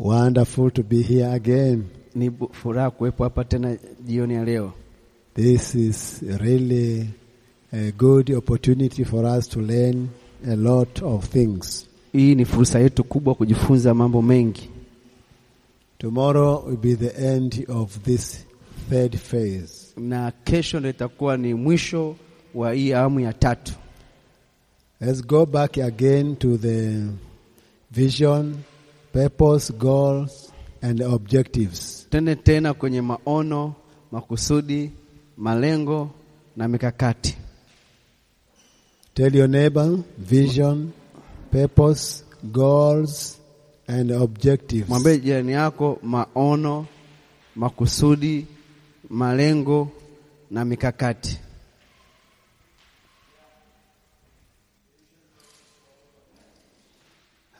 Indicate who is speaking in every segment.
Speaker 1: Wonderful to be here again.
Speaker 2: Ni bu- furaha kuwepo hapa tena jioni ya leo.
Speaker 1: This is really a good opportunity for us to learn a lot of things.
Speaker 2: Hii ni fursa yetu kubwa kujifunza mambo mengi.
Speaker 1: Tomorrow will be the end of this third phase.
Speaker 2: na kesho ndo itakuwa ni mwisho wa hii awamu ya tatu.
Speaker 1: Let's go back again to the vision, purpose, goals, and objectives.
Speaker 2: Tende tena kwenye maono, makusudi, malengo na mikakati.
Speaker 1: Tell your neighbor vision, purpose, goals, and objectives.
Speaker 2: Mwambie jirani yako maono, makusudi, malengo na mikakati.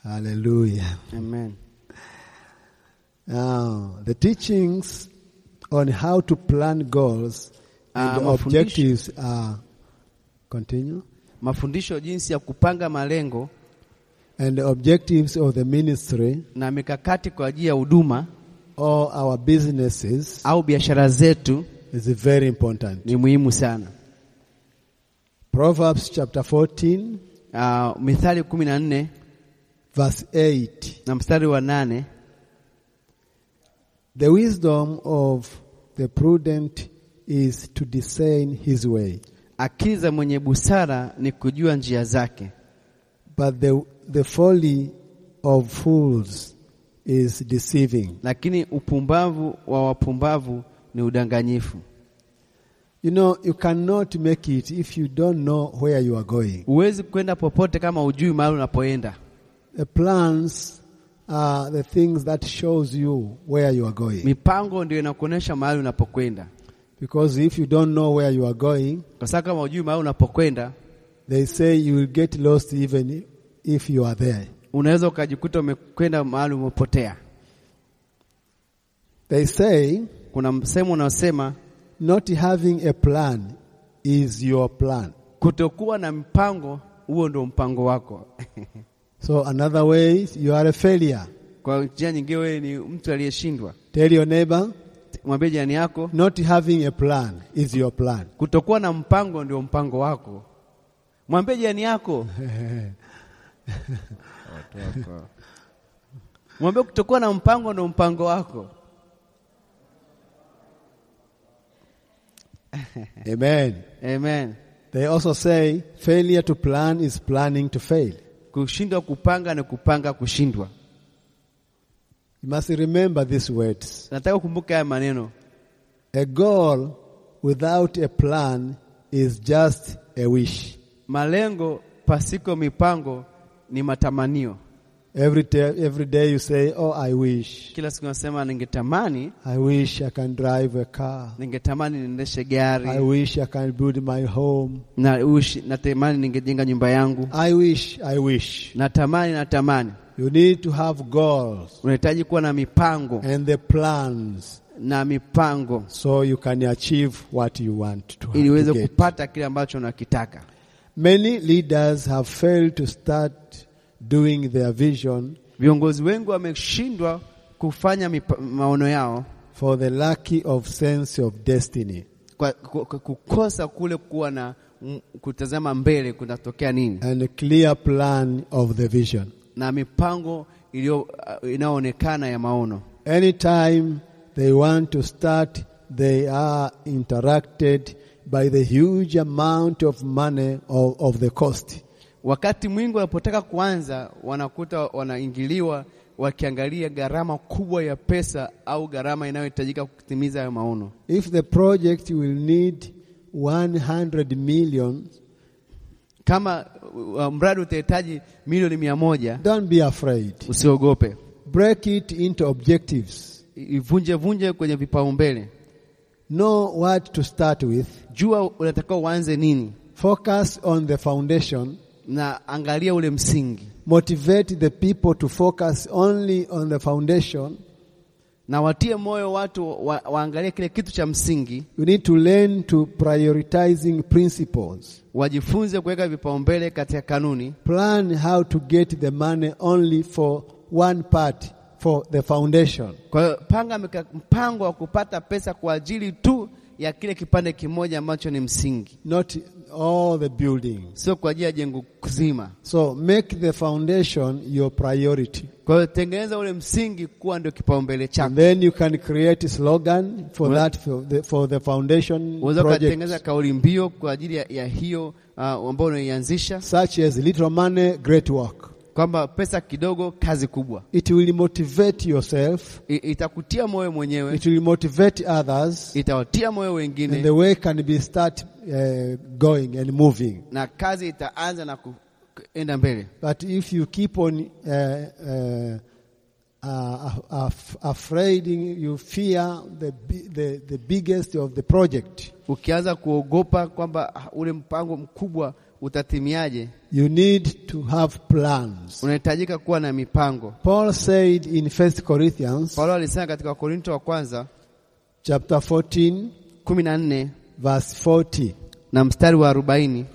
Speaker 1: Hallelujah.
Speaker 2: Amen.
Speaker 1: Now, Ah, the teachings on how to plan goals and
Speaker 2: Ah, mafundisho.
Speaker 1: objectives are continue,
Speaker 2: Mafundisho jinsi ya kupanga malengo
Speaker 1: and the objectives of the ministry
Speaker 2: na mikakati kwa ajili ya huduma
Speaker 1: or our businesses
Speaker 2: au biashara zetu
Speaker 1: is very important.
Speaker 2: ni muhimu sana.
Speaker 1: Proverbs chapter 14,
Speaker 2: Uh, Mithali kumi na nne
Speaker 1: verse 8.
Speaker 2: na mstari wa nane
Speaker 1: The wisdom of the prudent is to discern his way,
Speaker 2: Akili za mwenye busara ni kujua njia zake,
Speaker 1: but the, the folly of fools is deceiving.
Speaker 2: lakini upumbavu wa wapumbavu ni udanganyifu.
Speaker 1: You know, you cannot make it if you don't know where you are going.
Speaker 2: Huwezi kwenda popote kama ujui mahali unapoenda.
Speaker 1: The plans are the things that shows you where you are going.
Speaker 2: Mipango ndio inakuonyesha mahali unapokwenda,
Speaker 1: Because if you don't know where you are going,
Speaker 2: kwa sababu kama ujui mahali unapokwenda,
Speaker 1: they say you will get lost even if you are there.
Speaker 2: unaweza ukajikuta umekwenda mahali umepotea.
Speaker 1: They say
Speaker 2: Kuna msemo unaosema
Speaker 1: not having a plan is your plan.
Speaker 2: kutokuwa na mpango, huo ndio mpango wako.
Speaker 1: So another way, you are a failure.
Speaker 2: Kwa njia nyingine, wewe ni mtu aliyeshindwa.
Speaker 1: Tell your neighbor,
Speaker 2: Mwambie jirani yako,
Speaker 1: not having a plan is your plan.
Speaker 2: kutokuwa na mpango ndio mpango wako. Mwambie jirani yako, mwambie kutokuwa na mpango ndio mpango wako.
Speaker 1: Amen.
Speaker 2: Amen.
Speaker 1: They also say failure to plan is planning to fail.
Speaker 2: Kushindwa kupanga ni kupanga kushindwa.
Speaker 1: You must remember these words.
Speaker 2: Nataka ukumbuke haya maneno.
Speaker 1: A goal without a plan is just a wish.
Speaker 2: Malengo pasiko mipango ni matamanio.
Speaker 1: Every, day, every day you say, Oh, I wish.
Speaker 2: Kila siku nasema ningetamani,
Speaker 1: I wish I can drive a car.
Speaker 2: ningetamani niendeshe
Speaker 1: I
Speaker 2: gari
Speaker 1: wish I can build my home.
Speaker 2: na ushi, natamani ningejenga nyumba yangu,
Speaker 1: I wish, I wish.
Speaker 2: natamani, natamani.
Speaker 1: You need to have goals
Speaker 2: Unahitaji kuwa na mipango
Speaker 1: and the plans
Speaker 2: na mipango
Speaker 1: so you can achieve what you want to,
Speaker 2: ili
Speaker 1: to
Speaker 2: uweze
Speaker 1: get.
Speaker 2: kupata kile ambacho unakitaka.
Speaker 1: Many leaders have failed to start doing their vision
Speaker 2: Viongozi wengi wameshindwa kufanya mipa- maono yao
Speaker 1: for the lack of sense of destiny.
Speaker 2: kwa, kwa, kwa kukosa kule kuwa na m, kutazama mbele kunatokea nini
Speaker 1: and a clear plan of the vision.
Speaker 2: na mipango iliyo uh, inayoonekana ya maono.
Speaker 1: Anytime they want to start, they are interrupted by the huge amount of money of, of the cost.
Speaker 2: Wakati mwingi wanapotaka kuanza, wanakuta wanaingiliwa wakiangalia gharama kubwa ya pesa au gharama inayohitajika kutimiza hayo maono.
Speaker 1: If the project will need 100 million,
Speaker 2: Kama uh, mradi utahitaji milioni mia moja,
Speaker 1: don't be afraid.
Speaker 2: usiogope,
Speaker 1: Break it into objectives.
Speaker 2: ivunje vunje kwenye vipaumbele.
Speaker 1: Know what to start with.
Speaker 2: jua unatakiwa uanze nini
Speaker 1: Focus on the foundation.
Speaker 2: na angalia ule msingi
Speaker 1: Motivate the people to focus only on the foundation.
Speaker 2: na watie moyo watu wa, waangalie kile kitu cha msingi
Speaker 1: You need to learn to prioritizing principles.
Speaker 2: wajifunze kuweka vipaumbele katika kanuni
Speaker 1: Plan how to get the money only for one part for the foundation.
Speaker 2: Kwa hiyo panga mika- mpango wa kupata pesa kwa ajili tu ya kile kipande kimoja ambacho ni msingi,
Speaker 1: not all the buildings.
Speaker 2: sio kwa ajili ya jengo zima.
Speaker 1: So make the foundation your priority.
Speaker 2: Kwa hiyo tengeneza ule msingi kuwa ndio kipaumbele
Speaker 1: And
Speaker 2: chako.
Speaker 1: then you can create a slogan for
Speaker 2: Well-
Speaker 1: that, for the, for the foundation
Speaker 2: Unaweza ukatengeneza
Speaker 1: project,
Speaker 2: kauli mbiu kwa ajili ya, ya hiyo uh, ambayo unaianzisha
Speaker 1: such as little money, great work.
Speaker 2: kwamba pesa kidogo, kazi kubwa.
Speaker 1: It will motivate yourself,
Speaker 2: I, itakutia moyo mwenyewe,
Speaker 1: it will motivate others,
Speaker 2: itawatia moyo
Speaker 1: and the
Speaker 2: wengine,
Speaker 1: way can be start uh, going and moving.
Speaker 2: na kazi itaanza na kuenda mbele.
Speaker 1: But if you keep on uh, uh, uh, af- afraid, you fear the, bi- the, the biggest of the project.
Speaker 2: Ukianza kuogopa kwamba ah, ule mpango mkubwa utatimiaje,
Speaker 1: You need to have plans.
Speaker 2: unahitajika kuwa na mipango.
Speaker 1: Paul said in 1 Corinthians
Speaker 2: Paulo alisema katika Wakorinto wa kwanza
Speaker 1: chapter 14
Speaker 2: kumi na nne
Speaker 1: verse 40.
Speaker 2: na mstari wa arobaini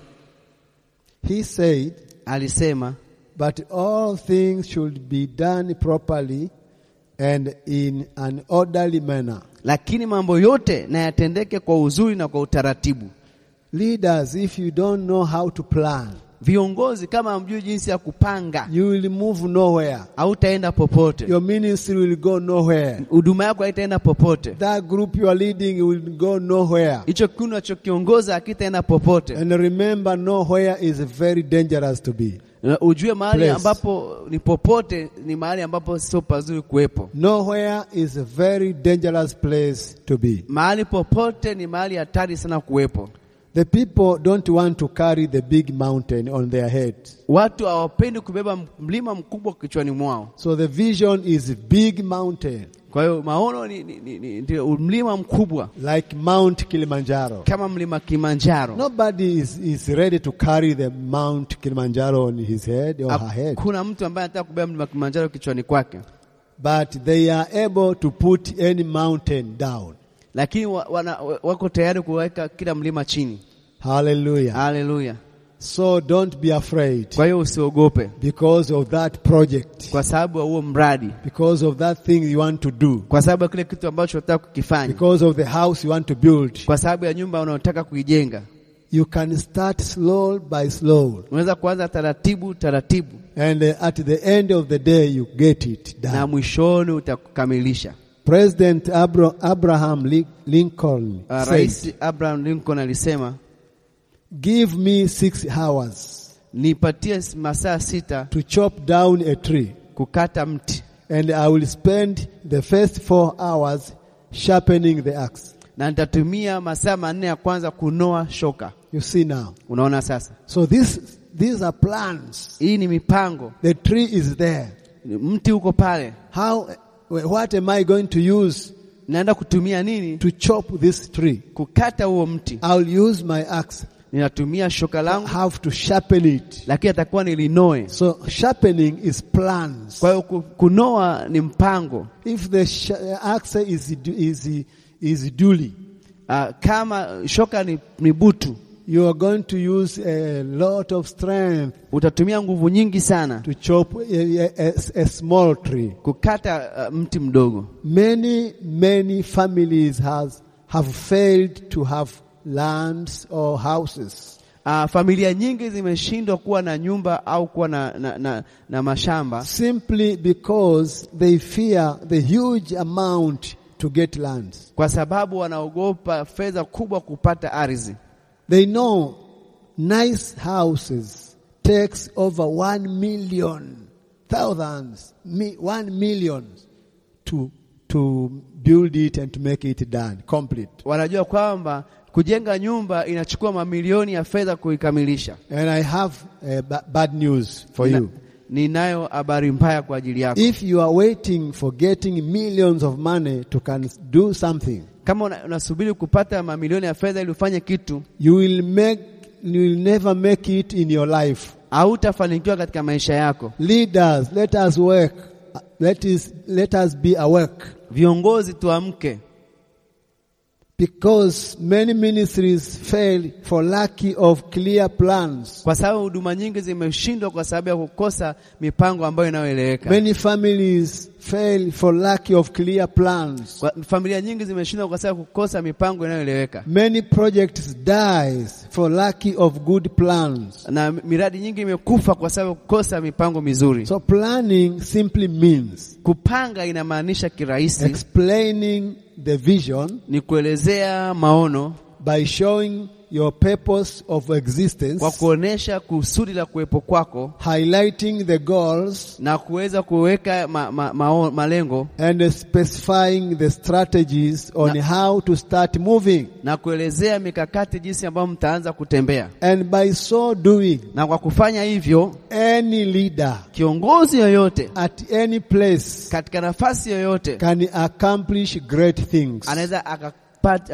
Speaker 1: He said,
Speaker 2: alisema,
Speaker 1: "But all things should be done properly and in an orderly manner."
Speaker 2: lakini mambo yote na yatendeke kwa uzuri na kwa utaratibu.
Speaker 1: Leaders, if you don't know how to plan,
Speaker 2: Viongozi kama hamjui jinsi ya kupanga,
Speaker 1: you will move nowhere.
Speaker 2: hautaenda popote,
Speaker 1: Your ministry will go nowhere.
Speaker 2: huduma yako haitaenda popote,
Speaker 1: That group you are leading will go nowhere.
Speaker 2: hicho kikundi unachokiongoza hakitaenda popote.
Speaker 1: And remember, nowhere is very dangerous to be.
Speaker 2: Na Ujue mahali
Speaker 1: Place.
Speaker 2: ambapo ni popote ni mahali ambapo sio pazuri kuwepo.
Speaker 1: Nowhere is a very dangerous place to be.
Speaker 2: Mahali popote ni mahali hatari sana kuwepo.
Speaker 1: The people don't want to carry the big mountain on their head.
Speaker 2: Watu hawapendi kubeba mlima mkubwa kichwani mwao.
Speaker 1: So the vision is big mountain,
Speaker 2: Kwa hiyo maono ni, ni, ni, ni, ndio mlima mkubwa
Speaker 1: like Mount Kilimanjaro.
Speaker 2: kama mlima Kilimanjaro.
Speaker 1: Nobody is, is ready to carry the Mount Kilimanjaro on his head or her head,
Speaker 2: Hakuna mtu ambaye anataka kubeba mlima Kilimanjaro kichwani kwake,
Speaker 1: but they are able to put any mountain down.
Speaker 2: lakini wa, wana, wa- wako tayari kuweka kila mlima chini.
Speaker 1: Hallelujah.
Speaker 2: Haleluya!
Speaker 1: So don't be afraid
Speaker 2: Kwa hiyo usiogope
Speaker 1: because of that project,
Speaker 2: kwa sababu ya huo mradi,
Speaker 1: because of that thing you want to do,
Speaker 2: kwa sababu ya kile kitu ambacho unataka kukifanya,
Speaker 1: because of the house you want to build.
Speaker 2: kwa sababu ya nyumba unayotaka kuijenga.
Speaker 1: You can start slow by slow.
Speaker 2: Unaweza kuanza taratibu taratibu,
Speaker 1: And uh, at the end of the day, you get it
Speaker 2: na
Speaker 1: done.
Speaker 2: mwishoni utakamilisha.
Speaker 1: President Abra- Abraham Lin- Lincoln
Speaker 2: Uh,
Speaker 1: said,
Speaker 2: Rais Abraham Lincoln alisema,
Speaker 1: Give me six hours
Speaker 2: nipatie masaa sita
Speaker 1: to chop down a tree,
Speaker 2: kukata mti
Speaker 1: and I will spend the first four hours sharpening the axe.
Speaker 2: na nitatumia masaa manne ya kwanza kunoa shoka.
Speaker 1: You see now.
Speaker 2: Unaona sasa,
Speaker 1: So this, these are plans.
Speaker 2: hii ni mipango.
Speaker 1: The tree is there.
Speaker 2: Mti uko pale,
Speaker 1: How, what am I going to use
Speaker 2: naenda kutumia nini
Speaker 1: to chop this tree?
Speaker 2: kukata huo mti?
Speaker 1: I'll use my axe.
Speaker 2: Ninatumia shoka langu,
Speaker 1: have to sharpen it.
Speaker 2: lakini atakuwa nilinoe.
Speaker 1: So sharpening is plans.
Speaker 2: Kwa hiyo ku- kunoa ni mpango.
Speaker 1: If the sh- axe is is is duly,
Speaker 2: Ah, kama shoka ni, ni butu,
Speaker 1: you are going to use a lot of strength
Speaker 2: utatumia nguvu nyingi sana
Speaker 1: to chop a, a- a- a small tree.
Speaker 2: kukata ah, mti mdogo.
Speaker 1: Many many families has have failed to have lands or houses
Speaker 2: Ah, familia nyingi zimeshindwa kuwa na nyumba au kuwa na, na, na, na mashamba
Speaker 1: simply because they fear the huge amount to get lands.
Speaker 2: kwa sababu wanaogopa fedha kubwa kupata ardhi.
Speaker 1: They know nice houses takes over one million thousands, mi, one million to to build it and to make it done complete.
Speaker 2: Wanajua kwamba kujenga nyumba inachukua mamilioni ya fedha kuikamilisha.
Speaker 1: And I have uh, ba- bad news for
Speaker 2: Nina-
Speaker 1: you.
Speaker 2: Ninayo habari mbaya kwa ajili yako.
Speaker 1: If you are waiting for getting millions of money to can do something,
Speaker 2: Kama una- unasubiri kupata mamilioni ya fedha ili ufanye kitu,
Speaker 1: you will make you will never make it in your life.
Speaker 2: hautafanikiwa katika maisha yako.
Speaker 1: Leaders, let us work. Let is let us be awake.
Speaker 2: Viongozi tuamke,
Speaker 1: Because many ministries fail for lack of clear plans.
Speaker 2: kwa sababu huduma nyingi zimeshindwa kwa sababu ya kukosa mipango ambayo inayoeleweka.
Speaker 1: Many families fail for lack of clear plans.
Speaker 2: Kwa- Familia nyingi zimeshindwa kwa sababu ya kukosa mipango inayoeleweka,
Speaker 1: Many projects dies for lack of good plans.
Speaker 2: na miradi nyingi imekufa kwa sababu ya kukosa mipango mizuri.
Speaker 1: So planning simply means
Speaker 2: Kupanga inamaanisha kirahisi
Speaker 1: explaining the vision
Speaker 2: ni kuelezea maono
Speaker 1: by showing your purpose of existence,
Speaker 2: kwa kuonesha kusudi la kuwepo kwako
Speaker 1: highlighting the goals
Speaker 2: na kuweza kuweka ma, ma, mao, malengo
Speaker 1: and specifying the strategies on
Speaker 2: Na-
Speaker 1: how to start moving.
Speaker 2: na kuelezea mikakati jinsi ambayo mtaanza kutembea.
Speaker 1: And by so doing,
Speaker 2: Na kwa kufanya hivyo,
Speaker 1: any leader
Speaker 2: kiongozi yoyote
Speaker 1: at any place
Speaker 2: katika nafasi yoyote
Speaker 1: can accomplish great things.
Speaker 2: anaweza akapata,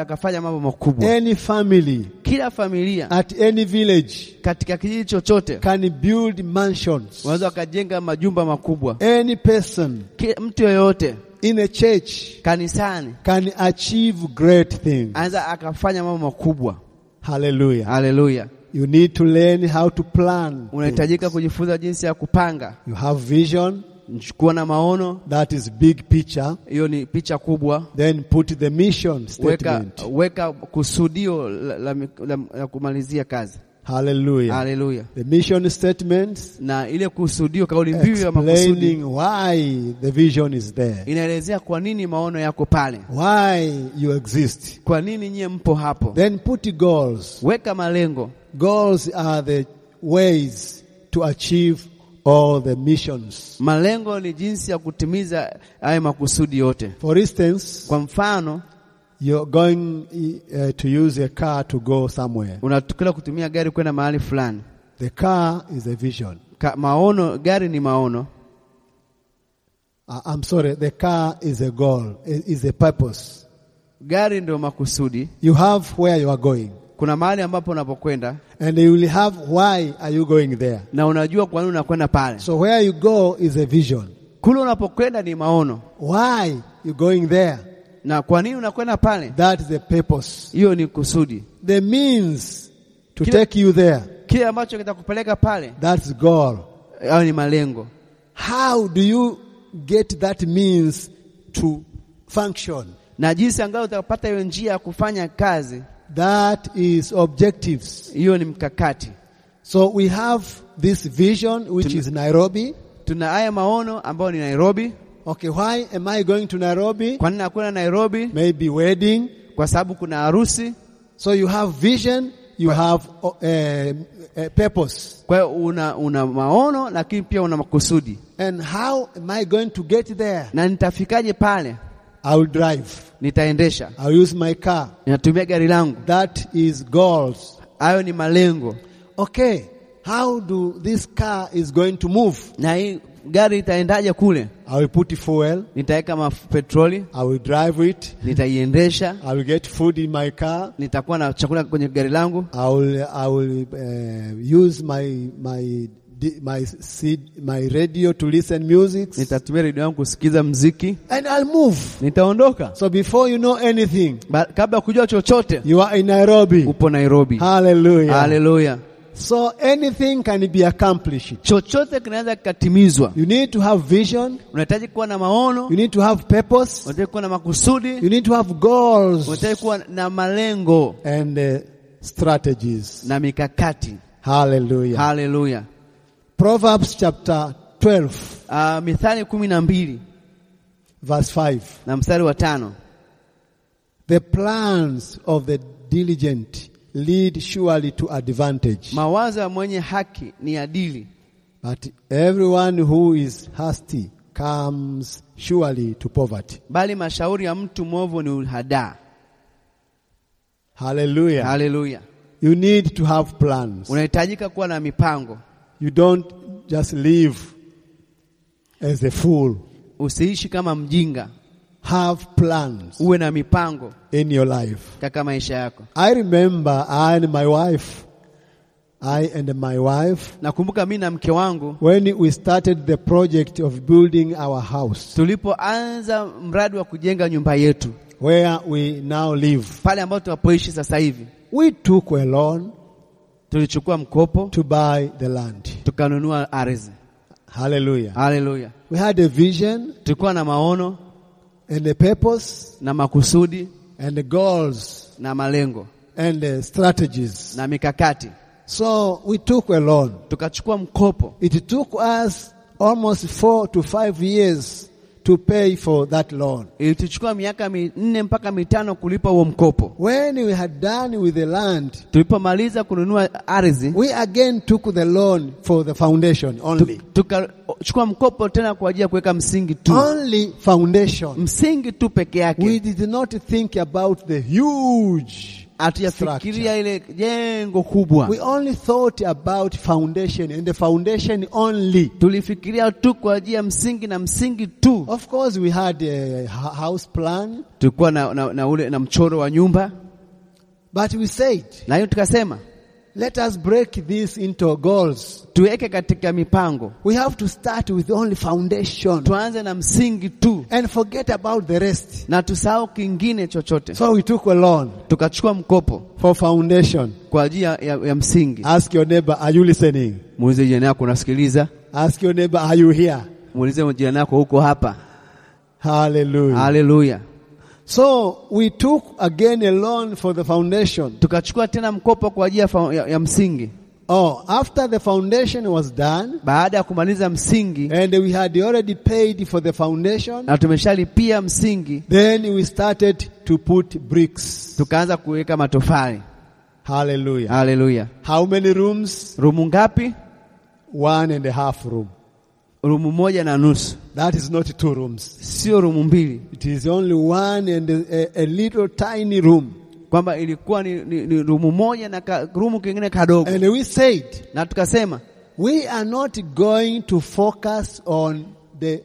Speaker 2: akafanya mambo makubwa.
Speaker 1: Any family
Speaker 2: Kila familia
Speaker 1: at any village
Speaker 2: katika kijiji chochote
Speaker 1: can build mansions.
Speaker 2: wanaweza wakajenga majumba makubwa.
Speaker 1: Any person
Speaker 2: Kila mtu yoyote
Speaker 1: in a church
Speaker 2: kanisani
Speaker 1: can achieve great things.
Speaker 2: anaweza akafanya mambo makubwa.
Speaker 1: Hallelujah.
Speaker 2: Haleluya!
Speaker 1: You need to learn how to plan.
Speaker 2: Unahitajika kujifunza jinsi ya kupanga,
Speaker 1: You have vision,
Speaker 2: kuwa na maono.
Speaker 1: that is big picture.
Speaker 2: Hiyo ni picha kubwa.
Speaker 1: Then put the mission
Speaker 2: Weka,
Speaker 1: statement.
Speaker 2: weka kusudio la, la, la, la kumalizia kazi.
Speaker 1: Hallelujah.
Speaker 2: Haleluya!
Speaker 1: The mission statement
Speaker 2: Na ile kusudio, kauli mbiu ya makusudi
Speaker 1: explaining why the vision is there.
Speaker 2: inaelezea kwa nini maono yako pale,
Speaker 1: why you exist.
Speaker 2: kwa nini nyie mpo hapo.
Speaker 1: Then put goals.
Speaker 2: Weka malengo.
Speaker 1: Goals are the ways to achieve all the missions.
Speaker 2: Malengo ni jinsi ya kutimiza haya makusudi yote.
Speaker 1: For instance,
Speaker 2: Kwa mfano,
Speaker 1: you're going uh, to use a car to go somewhere.
Speaker 2: unatukila kutumia gari kwenda mahali fulani.
Speaker 1: The car is a vision.
Speaker 2: Ka, maono gari ni maono,
Speaker 1: Uh, I'm sorry, the car is a goal, i- is a purpose.
Speaker 2: gari ndio makusudi.
Speaker 1: You have where you are going,
Speaker 2: Kuna mahali ambapo unapokwenda
Speaker 1: and you will have why are you going there.
Speaker 2: na unajua kwa nini unakwenda pale.
Speaker 1: So where you go is a vision.
Speaker 2: Kule unapokwenda ni maono,
Speaker 1: Why you going there?
Speaker 2: na kwa nini unakwenda pale,
Speaker 1: That is a purpose.
Speaker 2: hiyo ni kusudi.
Speaker 1: the means to
Speaker 2: Kila-
Speaker 1: take you there.
Speaker 2: Kile ambacho kitakupeleka pale,
Speaker 1: That's goal.
Speaker 2: hayo ni malengo.
Speaker 1: How do you get that means to function?
Speaker 2: Na jinsi angalau utapata hiyo njia ya kufanya kazi,
Speaker 1: That is objectives.
Speaker 2: hiyo ni mkakati.
Speaker 1: So we have this vision, which
Speaker 2: Tum-
Speaker 1: is Nairobi.
Speaker 2: Tuna haya maono ambayo ni Nairobi.
Speaker 1: Okay, why am I going to Nairobi?
Speaker 2: Kwa nini nakwenda Nairobi?
Speaker 1: Maybe wedding.
Speaker 2: Kwa sababu kuna harusi.
Speaker 1: So you have vision, you have uh, a purpose.
Speaker 2: Kwa hiyo una, una maono lakini pia una makusudi.
Speaker 1: And how am I going to get there?
Speaker 2: Na nitafikaje pale?
Speaker 1: I will drive.
Speaker 2: Nitaendesha,
Speaker 1: I'll use my car.
Speaker 2: ninatumia gari langu.
Speaker 1: That is goals.
Speaker 2: Hayo ni malengo,
Speaker 1: Okay, how do this car is going to move?
Speaker 2: na hii gari itaendaje kule?
Speaker 1: I will put fuel.
Speaker 2: Nitaweka maf- petroli,
Speaker 1: I will drive it.
Speaker 2: nitaiendesha,
Speaker 1: I will get food in my car.
Speaker 2: nitakuwa na chakula kwenye gari langu,
Speaker 1: I will I will uh, use my my di- my seed, my radio to listen music,
Speaker 2: nitatumia redio yangu kusikiza mziki,
Speaker 1: and I'll move.
Speaker 2: nitaondoka.
Speaker 1: So before you know anything,
Speaker 2: Ba- Kabla ya kujua chochote,
Speaker 1: you are in Nairobi.
Speaker 2: upo Nairobi.
Speaker 1: Hallelujah.
Speaker 2: Haleluya!
Speaker 1: So anything can be accomplished.
Speaker 2: Chochote kinaweza kikatimizwa.
Speaker 1: You need to have vision.
Speaker 2: Unahitaji kuwa na maono,
Speaker 1: You need to have purpose.
Speaker 2: unahitaji kuwa na makusudi,
Speaker 1: You need to have goals
Speaker 2: unahitaji kuwa na malengo
Speaker 1: and uh, strategies.
Speaker 2: na mikakati.
Speaker 1: Hallelujah.
Speaker 2: Haleluya!
Speaker 1: Proverbs chapter 12
Speaker 2: Uh, Mithali kumi na mbili
Speaker 1: verse 5.
Speaker 2: na mstari wa tano
Speaker 1: The plans of the diligent lead surely to advantage.
Speaker 2: mawazo ya mwenye haki ni adili,
Speaker 1: But everyone who is hasty comes surely to poverty.
Speaker 2: bali mashauri ya mtu mwovu ni uhadaa.
Speaker 1: Hallelujah.
Speaker 2: Haleluya!
Speaker 1: you need to have plans.
Speaker 2: Unahitajika kuwa na mipango,
Speaker 1: You don't just live as a fool.
Speaker 2: usiishi kama mjinga,
Speaker 1: Have plans
Speaker 2: uwe na mipango
Speaker 1: in your life.
Speaker 2: katika maisha yako.
Speaker 1: I remember I and my wife, I and my wife
Speaker 2: Nakumbuka mimi na mke wangu
Speaker 1: When we started the project of building our house,
Speaker 2: tulipoanza mradi wa kujenga nyumba yetu
Speaker 1: where we now live,
Speaker 2: pale ambapo tunapoishi sasa hivi,
Speaker 1: we took a loan
Speaker 2: tulichukua mkopo
Speaker 1: to buy the land.
Speaker 2: tukanunua ardhi.
Speaker 1: Hallelujah.
Speaker 2: Haleluya.
Speaker 1: We had a vision
Speaker 2: Tulikuwa na maono
Speaker 1: and a purpose
Speaker 2: na makusudi
Speaker 1: and goals
Speaker 2: na malengo
Speaker 1: and uh, strategies.
Speaker 2: na mikakati,
Speaker 1: So we took a loan.
Speaker 2: tukachukua mkopo.
Speaker 1: It took us almost four to five years to pay for that loan.
Speaker 2: Ilituchukua miaka minne mpaka mitano kulipa huo mkopo.
Speaker 1: When we had done with the land,
Speaker 2: Tulipomaliza kununua ardhi,
Speaker 1: we again took the loan for the foundation only.
Speaker 2: tukachukua mkopo tena kwa ajili ya kuweka msingi tu,
Speaker 1: Only foundation.
Speaker 2: msingi tu peke
Speaker 1: Ah. We
Speaker 2: yake.
Speaker 1: did not think about the huge
Speaker 2: Hatujafikiria ile jengo kubwa,
Speaker 1: We only thought about foundation and the foundation only.
Speaker 2: tulifikiria tu kwa ajili ya msingi na msingi tu.
Speaker 1: Of course, we had a h- house plan,
Speaker 2: Tulikuwa na, na, na ule na mchoro wa nyumba,
Speaker 1: but we said,
Speaker 2: na hiyo tukasema
Speaker 1: let us break this into goals.
Speaker 2: tuweke katika mipango,
Speaker 1: We have to start with only foundation
Speaker 2: tuanze na msingi tu
Speaker 1: and forget about the rest.
Speaker 2: na tusahau kingine chochote.
Speaker 1: So we took a loan
Speaker 2: Tukachukua mkopo
Speaker 1: for foundation.
Speaker 2: kwa ajili ya, ya, ya msingi.
Speaker 1: Ask your neighbor, are you listening?
Speaker 2: Muulize jirani yako, unasikiliza?
Speaker 1: Ask your neighbor, are you here?
Speaker 2: Muulize jirani yako, huko hapa.
Speaker 1: Hallelujah.
Speaker 2: Haleluya!
Speaker 1: so we took again a loan for the foundation.
Speaker 2: Tukachukua tena mkopo kwa ajili ya, fa- ya, ya msingi.
Speaker 1: Oh, after the foundation was done,
Speaker 2: Baada ya kumaliza msingi
Speaker 1: And we had already paid for the foundation.
Speaker 2: na tumeshalipia msingi,
Speaker 1: Then we started to put bricks.
Speaker 2: tukaanza kuweka matofali.
Speaker 1: Hallelujah.
Speaker 2: Haleluya!
Speaker 1: How many rooms?
Speaker 2: Rumu ngapi?
Speaker 1: One and a half room.
Speaker 2: Rumu moja na nusu,
Speaker 1: That is not two rooms.
Speaker 2: sio rumu mbili,
Speaker 1: It is only one and a, a, a little tiny room.
Speaker 2: kwamba ilikuwa ni, ni, ni rumu moja na ka, rumu kingine kadogo.
Speaker 1: And we said,
Speaker 2: Na tukasema
Speaker 1: we are not going to focus on the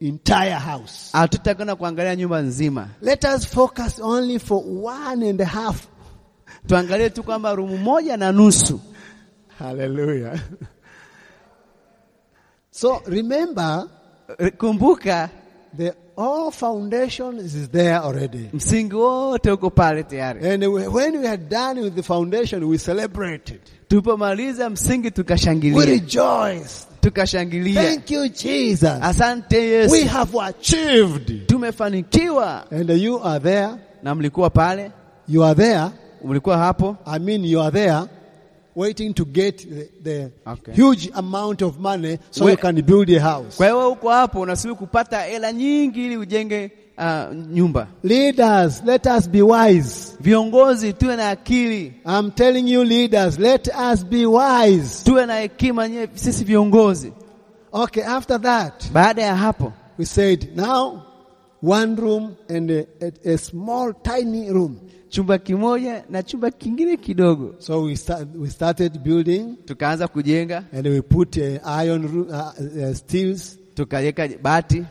Speaker 1: entire house.
Speaker 2: hatutakwenda kuangalia nyumba nzima,
Speaker 1: Let us focus only for one and a half.
Speaker 2: tuangalie tu kwamba rumu moja na nusu.
Speaker 1: Hallelujah. so remember,
Speaker 2: Eh, Kumbuka
Speaker 1: The all foundation is there already.
Speaker 2: msingi wote uko pale tayari.
Speaker 1: And we- when we are done with the foundation, we celebrated.
Speaker 2: Tupomaliza msingi
Speaker 1: We
Speaker 2: tukashangilia,
Speaker 1: rejoiced.
Speaker 2: tukashangilia.
Speaker 1: Thank you, Jesus.
Speaker 2: Asante
Speaker 1: We
Speaker 2: Yesu,
Speaker 1: have achieved.
Speaker 2: tumefanikiwa.
Speaker 1: And you are there.
Speaker 2: Na mlikuwa pale,
Speaker 1: You are there.
Speaker 2: mlikuwa hapo,
Speaker 1: I mean, you are there waiting to get the, the
Speaker 2: Okay.
Speaker 1: huge amount of money so
Speaker 2: We-
Speaker 1: you can build a house.
Speaker 2: kwa hiyo uko hapo unasubiri kupata hela nyingi ili ujenge uh, nyumba.
Speaker 1: Leaders, let us be wise.
Speaker 2: Viongozi, tuwe na akili,
Speaker 1: I'm telling you, leaders, let us be wise.
Speaker 2: tuwe na hekima nye, sisi viongozi.
Speaker 1: Okay, after that,
Speaker 2: Baada ya hapo
Speaker 1: We said, now one room and a, a, a small tiny room.
Speaker 2: chumba kimoja na chumba kingine kidogo,
Speaker 1: So we, start, we started building
Speaker 2: tukaanza kujenga,
Speaker 1: and we put uh, iron roo- uh, uh, steels.
Speaker 2: tukaweka bati.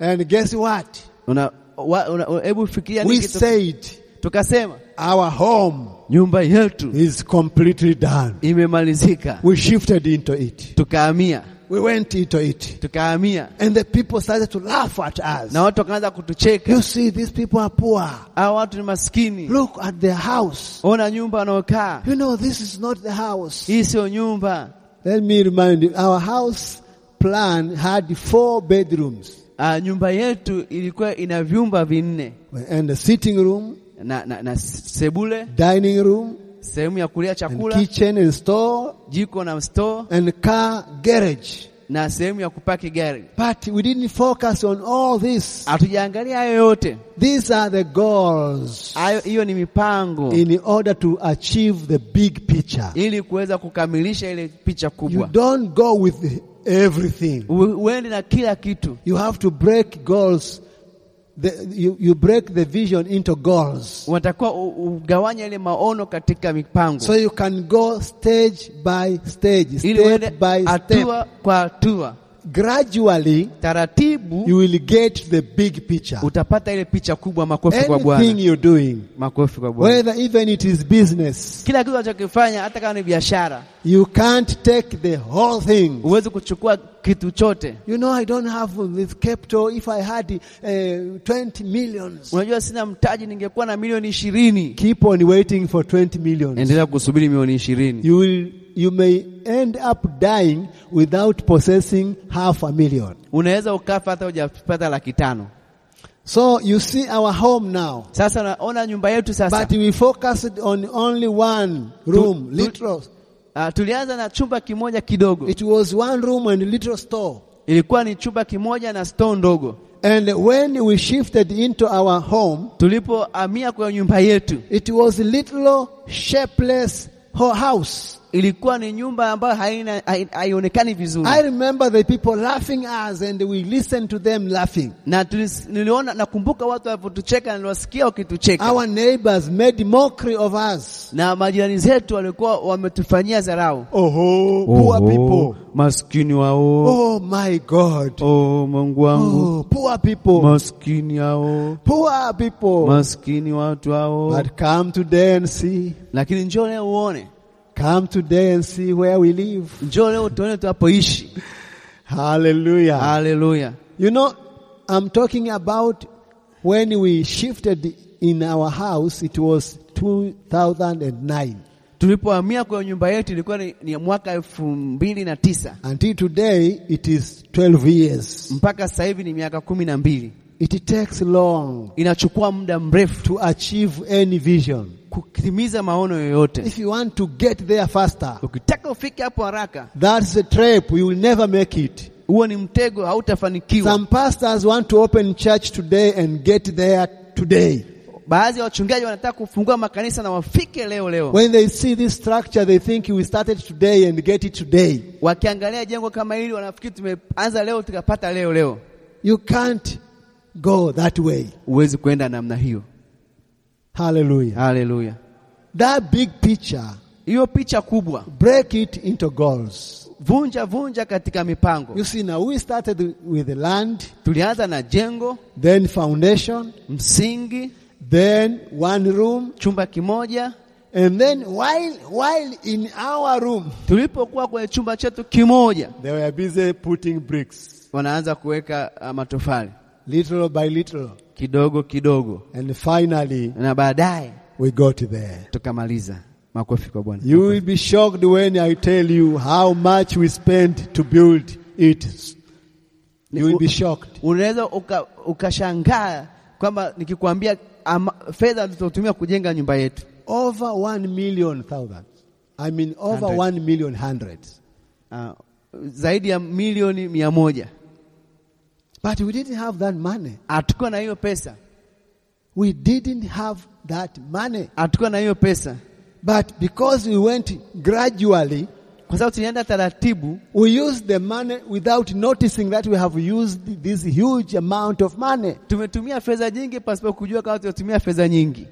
Speaker 1: And guess what?
Speaker 2: Una, wa, una, hebu fikiria
Speaker 1: We
Speaker 2: nini kitu-
Speaker 1: said,
Speaker 2: tukasema
Speaker 1: our home
Speaker 2: nyumba yetu
Speaker 1: is completely done.
Speaker 2: imemalizika,
Speaker 1: We shifted into it.
Speaker 2: tukahamia
Speaker 1: We went into it.
Speaker 2: tukahamia,
Speaker 1: And the people started to laugh at us.
Speaker 2: na watu wakaanza kutucheka,
Speaker 1: You see, these people are poor.
Speaker 2: hawa watu ni maskini,
Speaker 1: Look at their house.
Speaker 2: ona nyumba wanaokaa
Speaker 1: You know, this is not the house.
Speaker 2: hii sio nyumba.
Speaker 1: Let me remind you, our house plan had four bedrooms
Speaker 2: Ah, nyumba yetu ilikuwa ina vyumba vinne
Speaker 1: and a sitting room,
Speaker 2: na, na, na sebule,
Speaker 1: dining room,
Speaker 2: sehemu ya kulia
Speaker 1: and
Speaker 2: chakula,
Speaker 1: kitchen and store,
Speaker 2: jiko na store
Speaker 1: and car garage.
Speaker 2: na sehemu ya kupaki gari.
Speaker 1: But we didn't focus on all this.
Speaker 2: Hatujaangalia hayo yote
Speaker 1: These are the goals
Speaker 2: hayo, hiyo ni mipango
Speaker 1: in order to achieve the big picture.
Speaker 2: ili kuweza kukamilisha ile picha
Speaker 1: You
Speaker 2: kubwa.
Speaker 1: don't go with everything.
Speaker 2: U- Uende na kila kitu
Speaker 1: You have to break goals. The, you, you break the vision into goals.
Speaker 2: unatakiwa u- ugawanye ile maono katika mipango
Speaker 1: So you can go stage by stage,
Speaker 2: ili uende
Speaker 1: step by
Speaker 2: hatua
Speaker 1: step.
Speaker 2: kwa hatua
Speaker 1: Gradually,
Speaker 2: taratibu
Speaker 1: you will get the big picture.
Speaker 2: utapata ile picha kubwa. Makofi kwa
Speaker 1: Anything
Speaker 2: Bwana,
Speaker 1: you're doing,
Speaker 2: makofi kwa Bwana.
Speaker 1: whether even it is business,
Speaker 2: Kila kitu unachokifanya, hata kama ni biashara,
Speaker 1: you can't take the whole thing.
Speaker 2: huwezi kuchukua kitu chote.
Speaker 1: You know, I don't have this capital. If I had uh, 20 millions,
Speaker 2: Unajua, sina mtaji, ningekuwa na milioni ishirini.
Speaker 1: keep on waiting for 20 millions.
Speaker 2: Endelea kusubiri milioni ishirini,
Speaker 1: You will you may end up dying without possessing half a million.
Speaker 2: unaweza ukafa hata hujapata laki tano.
Speaker 1: So you see our home now.
Speaker 2: Sasa unaona nyumba yetu sasa
Speaker 1: But we focused on only one room,
Speaker 2: Tu- tu-
Speaker 1: little.
Speaker 2: ah, tulianza na chumba kimoja kidogo,
Speaker 1: It was one room and little store.
Speaker 2: ilikuwa ni chumba kimoja na store ndogo.
Speaker 1: And when we shifted into our home,
Speaker 2: Tulipohamia kwa nyumba yetu,
Speaker 1: it was little shapeless ho- house.
Speaker 2: ilikuwa ni nyumba ambayo haina hai- haionekani vizuri,
Speaker 1: I remember the people laughing us and we listened to them laughing.
Speaker 2: na tulis- niliona, nakumbuka watu walivyotucheka, niliwasikia wakitucheka
Speaker 1: Our neighbors made mockery of us.
Speaker 2: na majirani zetu walikuwa wametufanyia dharau.
Speaker 1: Oh, poor people.
Speaker 2: maskini wao,
Speaker 1: Oh my God.
Speaker 2: oh Mungu wangu,
Speaker 1: Oh, poor people.
Speaker 2: maskini hao,
Speaker 1: Poor people.
Speaker 2: maskini watu hao.
Speaker 1: But come today and see.
Speaker 2: Lakini njoo leo uone,
Speaker 1: Come today and see where we live.
Speaker 2: njoo leo tuone tunapoishi.
Speaker 1: Hallelujah.
Speaker 2: Haleluya!
Speaker 1: You know, I'm talking about when we shifted in our house, it was 2009.
Speaker 2: Tulipohamia kwa nyumba yetu ilikuwa ni, ni mwaka elfu mbili na tisa
Speaker 1: Until today, it is 12 years.
Speaker 2: mpaka sasa hivi ni miaka kumi na mbili.
Speaker 1: It takes long
Speaker 2: Inachukua muda mrefu
Speaker 1: to achieve any vision.
Speaker 2: kutimiza maono yoyote.
Speaker 1: If you want to get there faster,
Speaker 2: Ukitaka ufike hapo haraka,
Speaker 1: that's a trap. You will never make it.
Speaker 2: huo ni mtego, hautafanikiwa.
Speaker 1: Some pastors want to open church today and get there today.
Speaker 2: Baadhi ya wachungaji wanataka kufungua makanisa na wafike leo leo.
Speaker 1: When they see this structure, they think we started today and get it today.
Speaker 2: Wakiangalia jengo kama hili, wanafikiri tumeanza leo tukapata leo leo.
Speaker 1: You can't go that way.
Speaker 2: Huwezi kuenda namna hiyo.
Speaker 1: Hallelujah.
Speaker 2: Haleluya!
Speaker 1: That big picture,
Speaker 2: Hiyo picha kubwa,
Speaker 1: break it into goals.
Speaker 2: vunja vunja katika mipango.
Speaker 1: You see, now we started with the land,
Speaker 2: Tulianza na jengo
Speaker 1: then foundation,
Speaker 2: msingi,
Speaker 1: then one room,
Speaker 2: chumba kimoja.
Speaker 1: and then while, while in our room,
Speaker 2: Tulipokuwa kwenye chumba chetu kimoja,
Speaker 1: they were busy putting bricks,
Speaker 2: wanaanza kuweka ah, matofali
Speaker 1: little by little.
Speaker 2: kidogo kidogo,
Speaker 1: And finally,
Speaker 2: na baadaye
Speaker 1: we got there.
Speaker 2: tukamaliza. Makofi kwa Bwana.
Speaker 1: You will be shocked when I tell you how much we spent to build it. You will be shocked.
Speaker 2: Unaweza uka, ukashangaa kwamba nikikwambia ama, fedha tulizotumia kujenga nyumba yetu
Speaker 1: Over one million thousand. I mean, over
Speaker 2: Hundred.
Speaker 1: one million hundreds.
Speaker 2: uh, zaidi ya milioni mia moja
Speaker 1: But we didn't have that money.
Speaker 2: hatukuwa na hiyo pesa,
Speaker 1: We didn't have that money.
Speaker 2: hatukuwa na hiyo pesa
Speaker 1: But because we went gradually,
Speaker 2: kwa sababu tulienda taratibu,
Speaker 1: we used the money without noticing that we have used this huge amount of money.
Speaker 2: tumetumia fedha nyingi pasipo kujua kama tunatumia fedha nyingi.